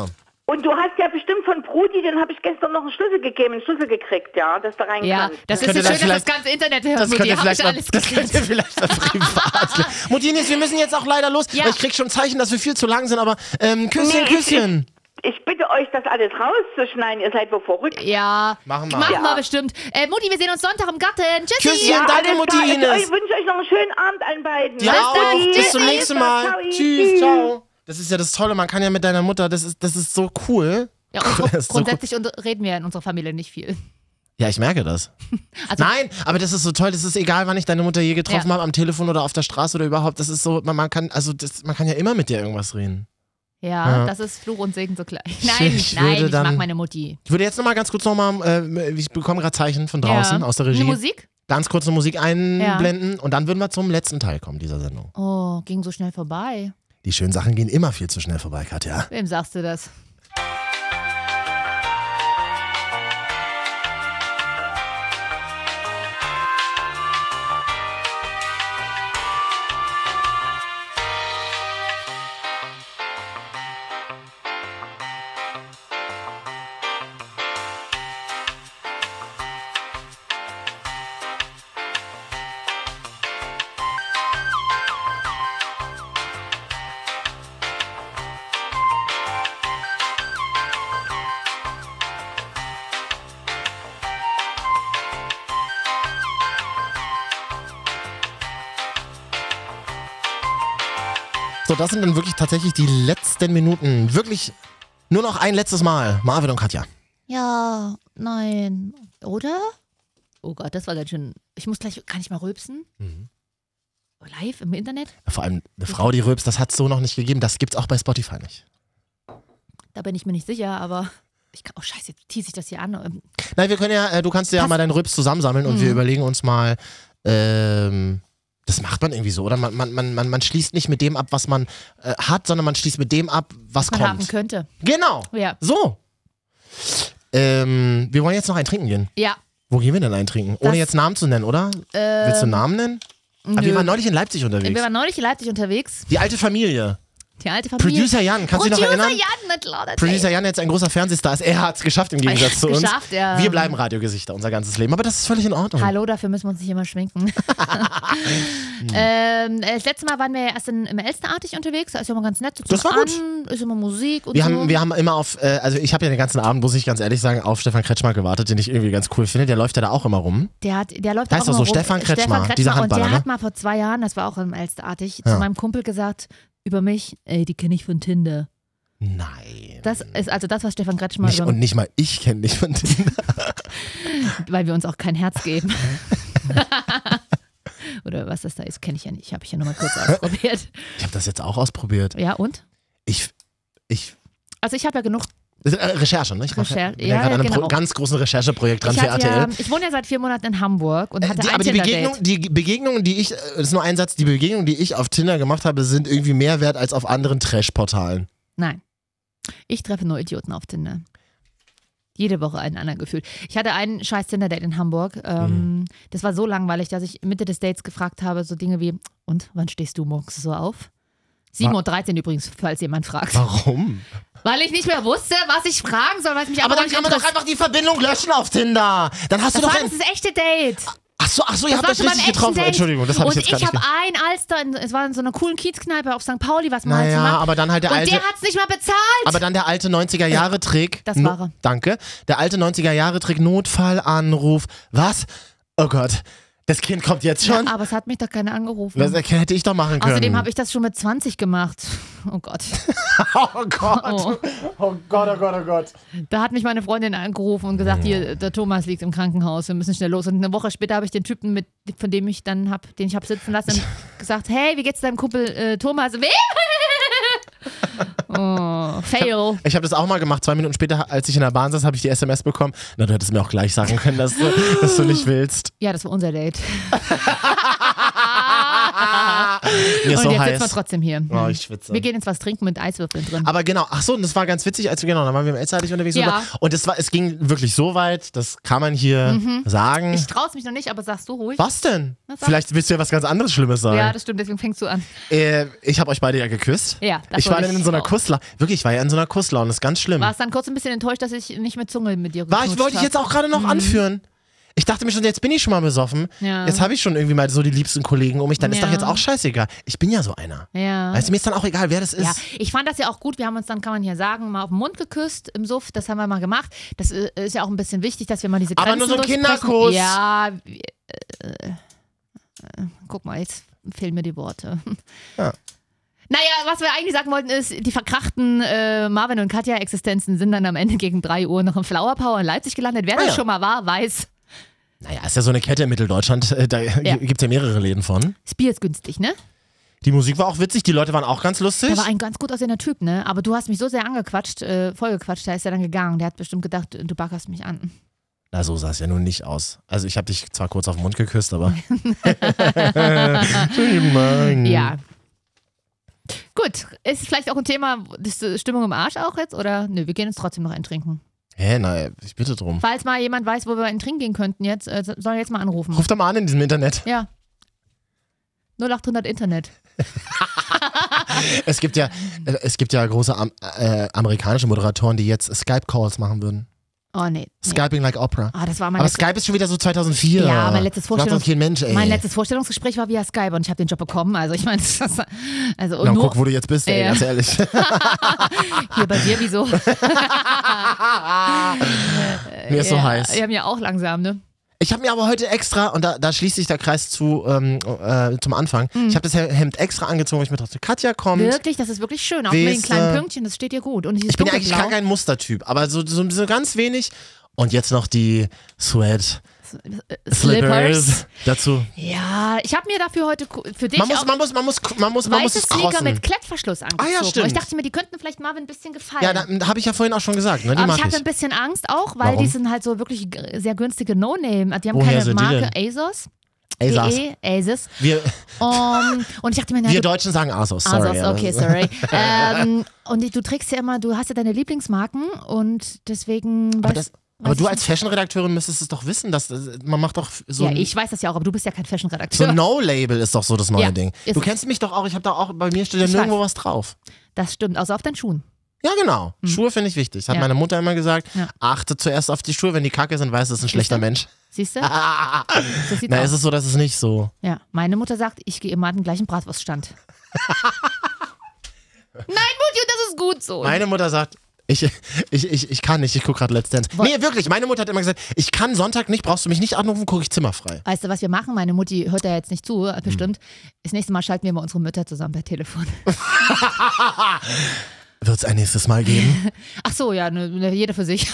Speaker 2: Also
Speaker 3: Und du hast ja bestimmt von Brudi, den habe ich gestern noch einen Schlüssel gegeben, einen Schlüssel gekriegt, ja, dass du rein
Speaker 2: Ja,
Speaker 3: kannst.
Speaker 2: das
Speaker 1: Das
Speaker 2: ist
Speaker 1: könnte
Speaker 2: so
Speaker 1: dann
Speaker 2: schön, dass das
Speaker 1: vielleicht-
Speaker 2: ganze Internet hört.
Speaker 1: das könnt
Speaker 2: Mutti,
Speaker 1: ihr
Speaker 2: hab ich
Speaker 1: vielleicht mal,
Speaker 2: alles
Speaker 1: das könnt ihr vielleicht mal privat. lernen. Mutti Ines, wir müssen jetzt auch leider los.
Speaker 2: Ja.
Speaker 1: Weil ich krieg schon Zeichen, dass wir viel zu lang sind, aber ähm, Küsschen,
Speaker 3: Nee, ich-
Speaker 1: Küsschen.
Speaker 3: Ich bitte euch, das alles rauszuschneiden. Ihr seid wohl verrückt.
Speaker 2: Ja,
Speaker 1: Machen wir.
Speaker 2: Machen
Speaker 1: Ja.
Speaker 2: wir bestimmt. Äh, Mutti, wir sehen uns Sonntag im Garten. Tschüssi.
Speaker 1: Tschüssi
Speaker 2: (laughs)
Speaker 1: und danke,
Speaker 3: alles
Speaker 1: Mutti
Speaker 3: klar.
Speaker 1: Ines.
Speaker 3: Ich wünsche euch noch einen schönen Abend allen beiden.
Speaker 1: Ja,
Speaker 2: dann.
Speaker 1: auch. bis zum
Speaker 2: Tschüss.
Speaker 1: nächsten Mal.
Speaker 3: Ciao.
Speaker 1: Tschüss, ciao. Das ist ja das Tolle, man kann ja mit deiner Mutter, das ist, das ist so cool. (laughs)
Speaker 2: Ja, und gru-
Speaker 1: Das ist so cool.
Speaker 2: grundsätzlich und reden wir in unserer Familie nicht viel.
Speaker 1: Ja, ich merke das.
Speaker 2: Also-
Speaker 1: Nein, aber das ist so toll. Das ist egal, wann ich deine Mutter je getroffen
Speaker 2: Ja.
Speaker 1: habe, am Telefon oder auf der Straße oder überhaupt. Das ist so, man, man kann, also das, man kann ja immer mit dir irgendwas reden.
Speaker 2: Ja,
Speaker 1: Ja.
Speaker 2: das ist Fluch und Segen zugleich. Nein,
Speaker 1: ich
Speaker 2: nein,
Speaker 1: würde
Speaker 2: ich mag
Speaker 1: dann-
Speaker 2: meine Mutti.
Speaker 1: Ich würde jetzt nochmal ganz kurz nochmal, äh, ich bekomme gerade Zeichen von draußen
Speaker 2: ja.
Speaker 1: aus der Regie.
Speaker 2: Eine Musik?
Speaker 1: ganz kurz eine Musik einblenden und dann würden wir zum letzten Teil kommen dieser Sendung.
Speaker 2: Oh, ging so schnell vorbei.
Speaker 1: Die schönen Sachen gehen immer viel zu schnell vorbei, Katja.
Speaker 2: Wem sagst du das?
Speaker 1: So, das sind dann wirklich tatsächlich die letzten Minuten. Wirklich nur noch ein letztes Mal. Marvin und Katja.
Speaker 2: Ja, nein. Oder? Oh Gott, das war ganz schön. Ich muss gleich, kann ich mal rülpsen?
Speaker 1: Mhm.
Speaker 2: Oh, Live im Internet?
Speaker 1: Vor allem eine Frau, die rülpst, das hat so noch nicht gegeben. Das gibt's auch bei Spotify nicht.
Speaker 2: Da bin ich mir nicht sicher, aber ich kann, oh scheiße, jetzt tease ich das hier an. Ähm,
Speaker 1: Nein, wir können ja, äh, du kannst dir ja
Speaker 2: Pass-
Speaker 1: mal deinen Rübs zusammensammeln und
Speaker 2: Mhm.
Speaker 1: wir überlegen uns mal, ähm, das macht man irgendwie so, oder? Man, man, man, man, man schließt nicht mit dem ab, was man äh, hat, sondern man schließt mit dem ab, was
Speaker 2: Man haben
Speaker 1: kommt.
Speaker 2: könnte.
Speaker 1: Genau.
Speaker 2: Ja.
Speaker 1: So. Ähm, wir wollen jetzt noch einen trinken gehen.
Speaker 2: Ja.
Speaker 1: Wo gehen wir denn einen trinken? Ohne
Speaker 2: Das- Ähm,
Speaker 1: jetzt Namen zu nennen, oder?
Speaker 2: Äh,
Speaker 1: Willst du Namen nennen? Aber
Speaker 2: nö.
Speaker 1: wir waren neulich in Leipzig
Speaker 2: Wir
Speaker 1: unterwegs.
Speaker 2: waren neulich in Leipzig unterwegs.
Speaker 1: Die alte Familie.
Speaker 2: Die alte Familie.
Speaker 1: Producer Jan, kannst du dich noch
Speaker 2: Producer
Speaker 1: erinnern?
Speaker 2: Jan, na klar, natürlich.
Speaker 1: Producer Jan jetzt ein großer Fernsehstar ist. Er hat es geschafft im
Speaker 2: Er (laughs)
Speaker 1: Gegensatz
Speaker 2: hat's
Speaker 1: zu uns.
Speaker 2: geschafft, ja.
Speaker 1: Wir bleiben Radiogesichter unser ganzes Leben, aber das ist völlig in Ordnung.
Speaker 2: Hallo, dafür müssen wir uns nicht immer
Speaker 1: (laughs)
Speaker 2: schminken. (laughs) ähm, das letzte Mal waren wir ja erst in, im Elsterartig unterwegs, da ist ja immer ganz nett. So
Speaker 1: Das
Speaker 2: zum
Speaker 1: war gut.
Speaker 2: An, ist immer Musik und
Speaker 1: Wir
Speaker 2: so.
Speaker 1: haben, wir haben immer auf, äh, also ich habe ja den ganzen Abend, muss ich ganz ehrlich sagen, auf Stefan Kretschmer gewartet, den ich irgendwie ganz cool finde. Der läuft ja da auch immer rum.
Speaker 2: Der, hat, der läuft
Speaker 1: Heißt
Speaker 2: auch
Speaker 1: doch
Speaker 2: immer
Speaker 1: so,
Speaker 2: rum.
Speaker 1: Stefan Kretschmer, dieser
Speaker 2: Und
Speaker 1: Handballer,
Speaker 2: der
Speaker 1: ne?
Speaker 2: hat mal vor zwei Jahren, das war auch im Elstartig,
Speaker 1: Ja.
Speaker 2: zu meinem Kumpel gesagt, über mich, ey, die kenne ich von Tinder.
Speaker 1: Nein.
Speaker 2: Das ist also das, was Stefan Kretschmer
Speaker 1: Nicht,
Speaker 2: über
Speaker 1: und nicht mal ich kenne dich von Tinder.
Speaker 2: weil wir uns auch kein
Speaker 1: (laughs)
Speaker 2: Herz geben. (laughs) Oder was das da ist, kenne ich ja nicht. Habe ich ja nur mal
Speaker 1: (laughs)
Speaker 2: kurz ausprobiert.
Speaker 1: Ich habe das jetzt auch ausprobiert.
Speaker 2: Ja, und?
Speaker 1: Ich, ich,
Speaker 2: Also ich habe ja genug.
Speaker 1: das ist, äh, Recherche, ne? Ich mach-
Speaker 2: Recher-
Speaker 1: bin
Speaker 2: ja,
Speaker 1: gerade an einem
Speaker 2: genau.
Speaker 1: Pro ganz großen Rechercheprojekt dran
Speaker 2: Ich,
Speaker 1: für
Speaker 2: hatte
Speaker 1: RTL.
Speaker 2: ja, ich wohne ja seit vier Monaten in Hamburg und hatte
Speaker 1: Äh, die,
Speaker 2: ein
Speaker 1: aber die Begegnung,
Speaker 2: Tinder-Date.
Speaker 1: die Begegnungen, die ich, äh, das ist nur ein Satz, die Begegnungen, die ich auf Tinder gemacht habe, sind irgendwie mehr wert als auf anderen Trash-Portalen.
Speaker 2: Nein. Ich treffe nur Idioten auf Tinder. Jede Woche einen anderen gefühlt. Ich hatte einen scheiß Tinder-Date in Hamburg.
Speaker 1: Mhm.
Speaker 2: Ähm, Das war so langweilig, dass ich Mitte des Dates gefragt habe, so Dinge wie, und wann stehst du morgens so auf?
Speaker 1: Ah.
Speaker 2: 7.13 Uhr übrigens, falls jemand fragt.
Speaker 1: Warum?
Speaker 2: Weil ich nicht mehr wusste, was ich fragen soll, weil es mich
Speaker 1: Aber
Speaker 2: einfach
Speaker 1: dann
Speaker 2: nicht
Speaker 1: kann man doch
Speaker 2: interessiert.
Speaker 1: einfach die Verbindung löschen auf Tinder. Dann hast du
Speaker 2: Das
Speaker 1: doch
Speaker 2: war
Speaker 1: ein
Speaker 2: das ist echte Date.
Speaker 1: Ach so, ach so, ihr habt
Speaker 2: war
Speaker 1: euch
Speaker 2: schon beim
Speaker 1: richtig
Speaker 2: echten
Speaker 1: getroffen.
Speaker 2: Date.
Speaker 1: Entschuldigung, das habe ich
Speaker 2: Und
Speaker 1: jetzt
Speaker 2: ich
Speaker 1: gar nicht.
Speaker 2: habe
Speaker 1: ge-
Speaker 2: ein Alster, in, es war in so einer coolen Kiezkneipe auf St. Pauli, was man halt so
Speaker 1: Naja,
Speaker 2: macht.
Speaker 1: aber dann halt der
Speaker 2: Und
Speaker 1: alte,
Speaker 2: der hat's nicht mal bezahlt.
Speaker 1: aber dann der alte 90er Jahre Trick.
Speaker 2: (laughs) Das
Speaker 1: No-
Speaker 2: war er.
Speaker 1: Danke. Der alte 90er Jahre Trick Notfallanruf. Was? Oh Gott. Das Kind kommt jetzt schon.
Speaker 2: Ja, aber es hat mich doch keiner angerufen.
Speaker 1: das hätte ich doch machen können.
Speaker 2: Außerdem habe ich das schon mit 20 gemacht. Oh Gott.
Speaker 1: (laughs) Oh Gott.
Speaker 2: Oh.
Speaker 1: oh Gott, oh Gott, oh Gott.
Speaker 2: Da hat mich meine Freundin angerufen und gesagt, hier, der Thomas liegt im Krankenhaus, wir müssen schnell los. Und eine Woche später habe ich den Typen, mit, von dem ich dann hab, den ich habe sitzen
Speaker 1: (laughs)
Speaker 2: lassen, und gesagt, hey, wie geht's deinem Kumpel äh, Thomas? Weh? (laughs) oh, fail.
Speaker 1: Ich habe das auch mal gemacht. Zwei Minuten später, als ich in der Bahn saß, habe ich die SMS bekommen. Na, du hättest mir auch gleich sagen können, dass du, dass du nicht willst.
Speaker 2: Ja, das war unser Date.
Speaker 1: Mir ist so
Speaker 2: und jetzt sitzen wir
Speaker 1: heiß.
Speaker 2: trotzdem hier.
Speaker 1: Oh, ich schwitze.
Speaker 2: wir gehen jetzt was trinken mit Eiswürfeln drin.
Speaker 1: Aber genau, ach so, und das war ganz witzig, als wir genau, da waren wir im Elsterreich unterwegs
Speaker 2: Ja.
Speaker 1: und es war, es ging wirklich so weit, das kann man hier sagen.
Speaker 2: Mhm. ich traue es mich noch nicht, aber sagst du ruhig.
Speaker 1: was denn?
Speaker 2: Na, sag.
Speaker 1: Vielleicht willst du ja was ganz anderes Schlimmes sagen.
Speaker 2: Ja, das stimmt, deswegen fängst du an.
Speaker 1: äh, ich habe euch beide ja geküsst.
Speaker 2: Ja, das
Speaker 1: ich war
Speaker 2: wollte
Speaker 1: dann
Speaker 2: ich
Speaker 1: in so einer
Speaker 2: auch.
Speaker 1: Kusslaune. Wirklich, ich war ja in so einer Kusslaune, das ist ganz schlimm.
Speaker 2: Warst dann kurz ein bisschen enttäuscht, dass ich nicht mit Zunge mit dir
Speaker 1: War ich,
Speaker 2: geknutscht
Speaker 1: wollte ich
Speaker 2: hab.
Speaker 1: jetzt auch gerade noch anführen. Ich dachte mir schon, jetzt bin ich schon mal besoffen.
Speaker 2: Mhm. Ja.
Speaker 1: Jetzt habe ich schon irgendwie mal so die liebsten Kollegen um mich. Dann ist doch
Speaker 2: Ja.
Speaker 1: jetzt auch scheißegal. Ich bin ja so einer.
Speaker 2: Ja.
Speaker 1: Weißt du, mir ist dann auch egal, wer das ist.
Speaker 2: Ja, ich fand das ja auch gut. Wir haben uns dann, kann man hier sagen, mal auf den Mund geküsst im Suff. Das haben wir mal gemacht. Das äh, ist ja auch ein bisschen wichtig, dass wir mal diese
Speaker 1: Aber
Speaker 2: Grenzen
Speaker 1: nur so ein
Speaker 2: durchbrechen.
Speaker 1: Kinderkuss.
Speaker 2: Ja, wir- äh, äh, äh, guck mal, jetzt fehlen mir die Worte.
Speaker 1: Ja.
Speaker 2: Naja, was wir eigentlich sagen wollten ist, die verkrachten äh, Marvin und Katja Existenzen sind dann am Ende gegen 3 Uhr noch im Flower Power in Leipzig gelandet. Wer
Speaker 1: Ah
Speaker 2: das
Speaker 1: ja.
Speaker 2: schon mal war, weiß,
Speaker 1: Naja, ist ja so eine Kette in Mitteldeutschland. äh, Da
Speaker 2: Ja.
Speaker 1: gibt es ja mehrere Läden von.
Speaker 2: das Bier ist günstig, ne?
Speaker 1: Die Musik war auch witzig, die Leute waren auch ganz lustig.
Speaker 2: Der war ein ganz gut aussehender Typ, ne? Aber du hast mich so sehr angequatscht, äh, vollgequatscht, da ist er dann gegangen. Der hat bestimmt gedacht, du backerst mich an.
Speaker 1: Na, so sah es ja nun nicht aus. Also ich habe dich zwar kurz auf den Mund geküsst,
Speaker 2: (laughs)
Speaker 1: aber. Entschuldigung.
Speaker 2: Ja. Gut, ist vielleicht auch ein Thema, ist die Stimmung im Arsch auch jetzt? Oder? Nö, wir gehen uns trotzdem noch einen trinken.
Speaker 1: Hä, na, ich bitte drum.
Speaker 2: Falls mal jemand weiß, wo wir einen trinken gehen könnten jetzt, äh, soll er jetzt mal anrufen.
Speaker 1: Ruf doch mal an in diesem Internet.
Speaker 2: Ja. 0800 Internet.
Speaker 1: Es gibt ja, es gibt ja große am, äh, amerikanische Moderatoren, die jetzt Skype-Calls machen würden.
Speaker 2: Oh, nee. nee.
Speaker 1: Skyping like Opera.
Speaker 2: Ah, das war mein
Speaker 1: Aber
Speaker 2: letztes,
Speaker 1: Skype ist schon wieder so 2004.
Speaker 2: Ja, mein letztes
Speaker 1: Macht doch
Speaker 2: Vorstellungs-
Speaker 1: kein Mensch, ey.
Speaker 2: mein letztes Vorstellungsgespräch war via Skype und ich habe den Job bekommen. Also, ich meine, (laughs) das- also
Speaker 1: Na,
Speaker 2: nur
Speaker 1: guck, wo du jetzt bist, ey,
Speaker 2: Ja.
Speaker 1: ganz ehrlich. (laughs)
Speaker 2: hier bei dir, wieso?
Speaker 1: Mir ist so
Speaker 2: Ja,
Speaker 1: heiß.
Speaker 2: Wir haben ja auch langsam, ne?
Speaker 1: Ich habe mir aber heute extra, und da, da schließt sich der Kreis zu, ähm, äh, zum Anfang,
Speaker 2: Mhm.
Speaker 1: ich habe das He- Hemd extra angezogen, weil ich mir dachte, Katja kommt.
Speaker 2: Wirklich, das ist wirklich schön. Auch mit den
Speaker 1: Weste.
Speaker 2: kleinen Pünktchen, das steht dir gut. Und dieses
Speaker 1: äh, Ich bin ja eigentlich gar
Speaker 2: Dunkelblau.
Speaker 1: kein Mustertyp, aber so, so, so ganz wenig. Und jetzt noch die Sweat Slippers dazu.
Speaker 2: Ja, ich habe mir dafür heute ku- für dich
Speaker 1: Man muss,
Speaker 2: auch
Speaker 1: man muss, man muss, man muss, man muss
Speaker 2: weiße
Speaker 1: es
Speaker 2: Sneaker
Speaker 1: crossen. Ah,
Speaker 2: mit Klettverschluss angezogen.
Speaker 1: stimmt.
Speaker 2: Ich dachte mir, die könnten vielleicht Marvin ein bisschen gefallen.
Speaker 1: Ja, da habe ich ja vorhin auch schon gesagt, ne? Die
Speaker 2: aber
Speaker 1: mag
Speaker 2: ich hatte
Speaker 1: ich.
Speaker 2: ein bisschen Angst auch, weil
Speaker 1: Warum?
Speaker 2: die sind halt so wirklich g- sehr günstige No-Name. Die haben
Speaker 1: Woher
Speaker 2: keine
Speaker 1: sind die
Speaker 2: Marke ASOS. E.
Speaker 1: Ey, saß.
Speaker 2: DE, ASOS.
Speaker 1: Wir, (laughs)
Speaker 2: Um, und ich dachte mir, na,
Speaker 1: wir
Speaker 2: du,
Speaker 1: Deutschen sagen Asos, sorry.
Speaker 2: ASOS,
Speaker 1: aber-
Speaker 2: okay, sorry. ähm, und die- du trägst ja immer, du hast ja deine Lieblingsmarken und deswegen
Speaker 1: (laughs) Aber
Speaker 2: weißt-
Speaker 1: das, Aber
Speaker 2: Weiß
Speaker 1: du
Speaker 2: ich
Speaker 1: als Fashion-Redakteurin müsstest es doch wissen, dass dass- man macht doch so
Speaker 2: ja,
Speaker 1: ein-
Speaker 2: ich weiß das ja auch, aber du bist ja kein
Speaker 1: So
Speaker 2: Fashion-Redakteur.
Speaker 1: ein No-Label ist doch so das neue
Speaker 2: Ja,
Speaker 1: Ding.
Speaker 2: ist
Speaker 1: Du
Speaker 2: es.
Speaker 1: kennst mich doch auch, ich habe da auch, bei mir steht ja
Speaker 2: Ich
Speaker 1: nirgendwo
Speaker 2: weiß.
Speaker 1: was drauf.
Speaker 2: das stimmt, außer auf deinen Schuhen.
Speaker 1: Ja, genau. Schuhe finde ich wichtig. Das hat
Speaker 2: Hm. Ja.
Speaker 1: meine Mutter immer gesagt.
Speaker 2: Ja.
Speaker 1: Achte zuerst auf die Schuhe, wenn die kacke sind, weißt du, es ist ein schlechter
Speaker 2: du?
Speaker 1: Mensch. (laughs)
Speaker 2: Siehst du?
Speaker 1: Ah,
Speaker 2: So sieht's
Speaker 1: na,
Speaker 2: aus.
Speaker 1: es ist so, dass es nicht so.
Speaker 2: Ja, meine Mutter sagt, ich gehe immer an den gleichen Bratwurststand. (laughs) Nein, Mutti, und das ist gut so.
Speaker 1: Meine Mutter sagt, ich, ich, ich, ich kann nicht, ich gucke gerade Let's Dance. Nee, wirklich, meine Mutter hat immer gesagt, ich kann Sonntag nicht, brauchst du mich nicht anrufen, gucke ich zimmerfrei.
Speaker 2: weißt du, was wir machen? Meine Mutti hört da jetzt nicht zu, äh, bestimmt. Das nächste Mal schalten wir mal unsere Mütter zusammen per Telefon.
Speaker 1: Wird es ein nächstes Mal geben?
Speaker 2: Ach so, ja, ne, ne, jeder für sich.